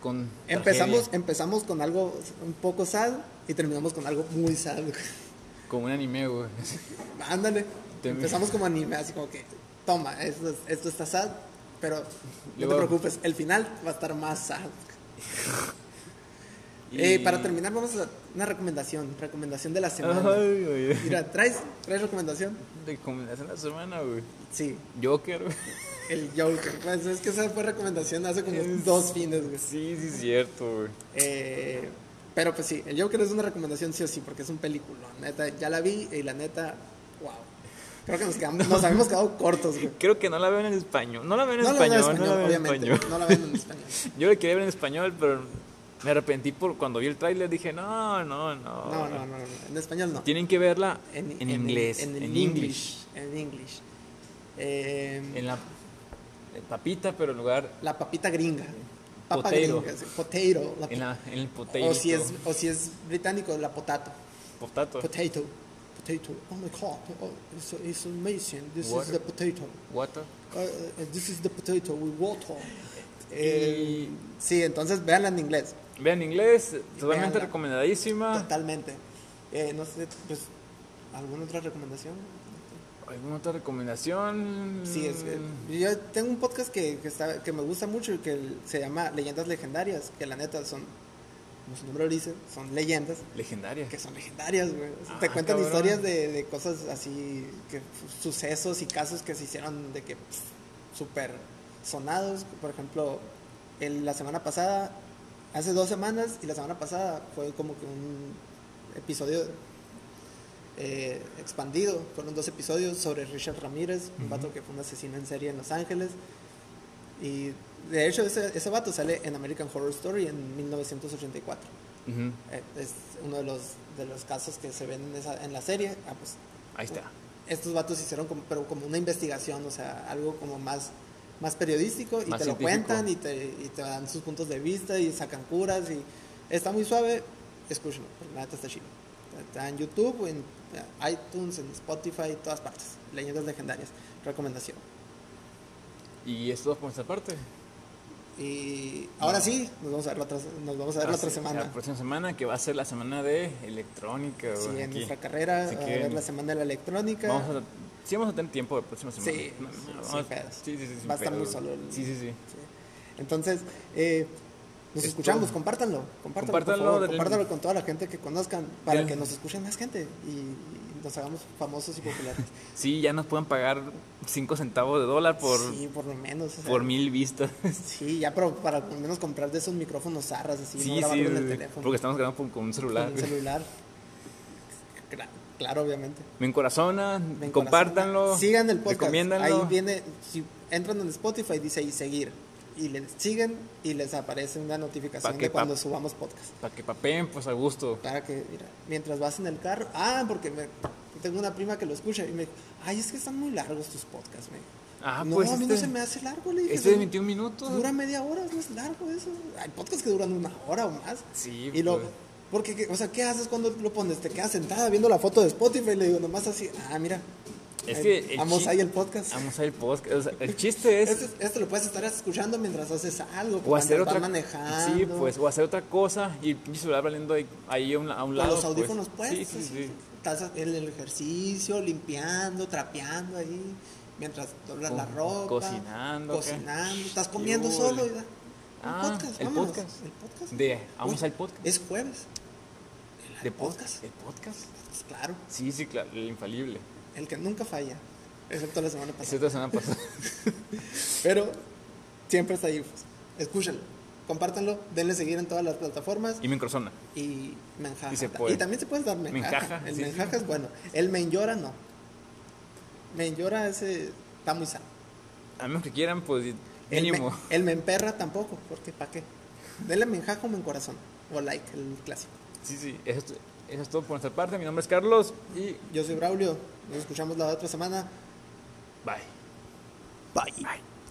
[SPEAKER 3] con.
[SPEAKER 1] Empezamos,
[SPEAKER 3] tragedia,
[SPEAKER 1] empezamos con algo un poco sad y terminamos con algo muy sad. güey.
[SPEAKER 3] con un anime, güey.
[SPEAKER 1] Ándale.
[SPEAKER 3] Te-
[SPEAKER 1] Empezamos como anime, así como que, toma, esto, es- esto está sad, pero no te
[SPEAKER 3] Luego-
[SPEAKER 1] preocupes, el final va a estar más sad.
[SPEAKER 3] Y-
[SPEAKER 1] Eh, para terminar, vamos a una recomendación, recomendación de la semana.
[SPEAKER 3] Ay, oye.
[SPEAKER 1] Mira, ¿traes, ¿traes recomendación?
[SPEAKER 3] Recomendación de la semana, güey.
[SPEAKER 1] Sí,
[SPEAKER 3] Joker, güey.
[SPEAKER 1] el Joker. Pues, es que esa fue recomendación hace como dos fines, güey.
[SPEAKER 3] Sí, sí, es cierto, güey.
[SPEAKER 1] Eh, pero pues sí, el Joker es una recomendación sí o sí, porque es un peliculón. Neta, ya la vi y la neta, wow. Creo que nos, quedamos, nos habíamos quedado cortos, güey.
[SPEAKER 3] Creo que no la ven en español. No la ven en
[SPEAKER 1] No la ven en
[SPEAKER 3] español, no la
[SPEAKER 1] español,
[SPEAKER 3] ven en
[SPEAKER 1] obviamente.
[SPEAKER 3] español.
[SPEAKER 1] No la ven en español.
[SPEAKER 3] Yo la quería ver en español, pero me arrepentí por cuando vi el tráiler. Dije, no, no, no.
[SPEAKER 1] No, no, no, no, en español no.
[SPEAKER 3] Tienen que verla en, inglés, en,
[SPEAKER 1] En, el
[SPEAKER 3] English.
[SPEAKER 1] English. En English. Eh,
[SPEAKER 3] En la en papita, pero en lugar.
[SPEAKER 1] La papita gringa. Papa
[SPEAKER 3] Potato.
[SPEAKER 1] gringa. sí, Potato. la
[SPEAKER 3] En,
[SPEAKER 1] po-
[SPEAKER 3] la, en el potato.
[SPEAKER 1] o, si es, o si es británico, la potato.
[SPEAKER 3] Potato.
[SPEAKER 1] Potato. Potato. Oh my god. Oh, it's, it's amazing. This is
[SPEAKER 3] Water.
[SPEAKER 1] the potato.
[SPEAKER 3] Water.
[SPEAKER 1] Uh, uh, this is the potato with water. Em,
[SPEAKER 3] Eh,
[SPEAKER 1] sí, entonces véanla en inglés.
[SPEAKER 3] Vean inglés, totalmente
[SPEAKER 1] Veanla.
[SPEAKER 3] recomendadísima.
[SPEAKER 1] Totalmente. Eh, no sé, pues, ¿alguna otra recomendación?
[SPEAKER 3] ¿Alguna otra recomendación?
[SPEAKER 1] Sí, es que yo tengo un podcast que, que, está- que me gusta mucho y que el- se llama Leyendas Legendarias, que la neta son, como su nombre lo dice, son leyendas
[SPEAKER 3] Legendaria.
[SPEAKER 1] que son legendarias, güey. O sea, te
[SPEAKER 3] Ah,
[SPEAKER 1] cuentan
[SPEAKER 3] cabrón.
[SPEAKER 1] historias de, de cosas así, que, sucesos y casos que se hicieron de que pff, súper sonados. Por ejemplo, el- la semana pasada, hace dos semanas y la semana pasada fue como que un episodio eh, expandido. Fueron dos episodios sobre Richard Ramírez, un vato que fue un asesino en serie en Los Ángeles. Y de hecho, ese, ese vato sale en American Horror Story en 1984.
[SPEAKER 3] Ujú.
[SPEAKER 1] Eh, es uno de los, de los casos que se ven en, esa- en la serie. Ah, pues,
[SPEAKER 3] Ahí está.
[SPEAKER 1] estos vatos hicieron como, pero como una investigación, o sea, algo como más, más periodístico y
[SPEAKER 3] Más
[SPEAKER 1] te lo
[SPEAKER 3] científico.
[SPEAKER 1] cuentan y te, y te dan sus puntos de vista y sacan curas y está muy suave. Escúchenlo, porque la neta está chido. Está en YouTube, en eh, iTunes, en Spotify, en todas partes. Leyendas legendarias, recomendación.
[SPEAKER 3] Y es todo por nuestra parte.
[SPEAKER 1] Y ahora sí, nos vamos a ver la otra, nos vamos a ver la otra
[SPEAKER 3] Así-
[SPEAKER 1] semana.
[SPEAKER 3] La próxima semana, que va a ser la semana de electrónica.
[SPEAKER 1] Sí,
[SPEAKER 3] güey,
[SPEAKER 1] en
[SPEAKER 3] aquí.
[SPEAKER 1] nuestra carrera,
[SPEAKER 3] Si
[SPEAKER 1] a ver
[SPEAKER 3] quieren.
[SPEAKER 1] la semana de la electrónica.
[SPEAKER 3] Vamos a, sí, vamos a tener tiempo la próxima semana.
[SPEAKER 1] Sí,
[SPEAKER 3] No,
[SPEAKER 1] sí,
[SPEAKER 3] no,
[SPEAKER 1] sin
[SPEAKER 3] vamos-
[SPEAKER 1] pedos.
[SPEAKER 3] sí, sí, sí, sin
[SPEAKER 1] Va a estar muy
[SPEAKER 3] pedos.
[SPEAKER 1] solo el-
[SPEAKER 3] Sí, sí, sí.
[SPEAKER 1] Sí. Entonces, eh, nos
[SPEAKER 3] Es
[SPEAKER 1] escuchamos,
[SPEAKER 3] todo.
[SPEAKER 1] compártanlo, compártanlo,
[SPEAKER 3] Compártanlo,
[SPEAKER 1] por favor,
[SPEAKER 3] denle-
[SPEAKER 1] compártanlo con toda la gente que conozcan para
[SPEAKER 3] Denle-
[SPEAKER 1] que nos escuchen más gente y, y nos hagamos famosos y populares.
[SPEAKER 3] Sí, ya nos pueden pagar 5 centavos de dólar por,
[SPEAKER 1] sí, por lo menos. o sea,
[SPEAKER 3] por mil vistas.
[SPEAKER 1] Sí, ya, pero para al menos comprar de esos micrófonos zarras, así,
[SPEAKER 3] Sí,
[SPEAKER 1] no
[SPEAKER 3] sí,
[SPEAKER 1] grabarlo en el
[SPEAKER 3] güey,
[SPEAKER 1] teléfono.
[SPEAKER 3] porque estamos grabando con, con un celular.
[SPEAKER 1] Con un celular. Cla- Claro, obviamente.
[SPEAKER 3] Me encorazonan,
[SPEAKER 1] Ven,
[SPEAKER 3] compártanlo.
[SPEAKER 1] corazón. Sigan el podcast.
[SPEAKER 3] recomiéndanlo.
[SPEAKER 1] Ahí viene, si entran en Spotify, dice ahí seguir. Y les siguen y les aparece una notificación
[SPEAKER 3] Pa' que
[SPEAKER 1] de cuando
[SPEAKER 3] pa-
[SPEAKER 1] subamos podcast.
[SPEAKER 3] Para que papeen, pues a gusto.
[SPEAKER 1] Para que, mira, mientras vas en el carro. Ah, porque me- tengo una prima que lo escucha y me dijo, ay, es que están muy largos tus podcasts, me dijo.
[SPEAKER 3] Ah,
[SPEAKER 1] no,
[SPEAKER 3] pues.
[SPEAKER 1] a mí
[SPEAKER 3] este,
[SPEAKER 1] no se me hace largo, le dije.
[SPEAKER 3] este de
[SPEAKER 1] "Dura-
[SPEAKER 3] 21 minutos.
[SPEAKER 1] Dura media hora, no es largo eso. Hay podcasts que duran una hora o más.
[SPEAKER 3] Sí,
[SPEAKER 1] Y lo,
[SPEAKER 3] pues.
[SPEAKER 1] porque, ¿qué- o sea, ¿qué haces cuando lo pones? Te quedas sentada viendo la foto de Spotify y le digo, nomás así, ah, mira.
[SPEAKER 3] Es
[SPEAKER 1] ahí-
[SPEAKER 3] que el
[SPEAKER 1] vamos
[SPEAKER 3] chi-
[SPEAKER 1] ahí el podcast.
[SPEAKER 3] Vamos a ir podcast. o sea, el chiste es.
[SPEAKER 1] Este, este lo puedes estar escuchando mientras haces algo,
[SPEAKER 3] o hacer
[SPEAKER 1] mientras
[SPEAKER 3] otra.
[SPEAKER 1] vas manejando.
[SPEAKER 3] Sí, pues. O hacer otra cosa y el pinche celular valiendo ahí, ahí a un, a un
[SPEAKER 1] Con
[SPEAKER 3] lado.
[SPEAKER 1] los audífonos
[SPEAKER 3] pues.
[SPEAKER 1] puestos.
[SPEAKER 3] Sí, sí, sí.
[SPEAKER 1] Estás en el ejercicio, limpiando, trapeando ahí, mientras doblas
[SPEAKER 3] Co-
[SPEAKER 1] la ropa.
[SPEAKER 3] cocinando, acá.
[SPEAKER 1] Cocinando. Estás comiendo
[SPEAKER 3] Yole.
[SPEAKER 1] solo, ¿verdad?
[SPEAKER 3] Ah, el
[SPEAKER 1] vámonos.
[SPEAKER 3] podcast.
[SPEAKER 1] El podcast.
[SPEAKER 3] De, vamos
[SPEAKER 1] Uy,
[SPEAKER 3] al podcast.
[SPEAKER 1] Es jueves.
[SPEAKER 3] ¿De eh.
[SPEAKER 1] podcast.
[SPEAKER 3] ¿De podcast?
[SPEAKER 1] Pues claro,
[SPEAKER 3] Sí, sí, claro. El infalible.
[SPEAKER 1] el que nunca falla, excepto la semana pasada.
[SPEAKER 3] Excepto la semana pasada.
[SPEAKER 1] Pero siempre está ahí. pues. Escúchenlo, compártanlo, denle seguir en todas las plataformas.
[SPEAKER 3] y microzona.
[SPEAKER 1] y menjaja.
[SPEAKER 3] Y se puede.
[SPEAKER 1] también se puede dar menjaja.
[SPEAKER 3] Menjaja,
[SPEAKER 1] El
[SPEAKER 3] sí, sí.
[SPEAKER 1] menjaja es bueno. El menllora no. Menllora ese está muy sano.
[SPEAKER 3] A menos que quieran, pues
[SPEAKER 1] El,
[SPEAKER 3] mínimo.
[SPEAKER 1] men- el menperra tampoco, porque ¿para qué? Denle menjaja o mencorazón. O like, el clásico.
[SPEAKER 3] Sí, sí. Eso, es- eso es todo por nuestra parte. Mi nombre es Carlos y
[SPEAKER 1] Yo soy Braulio. Nos escuchamos la otra semana.
[SPEAKER 3] bye.
[SPEAKER 1] Bye.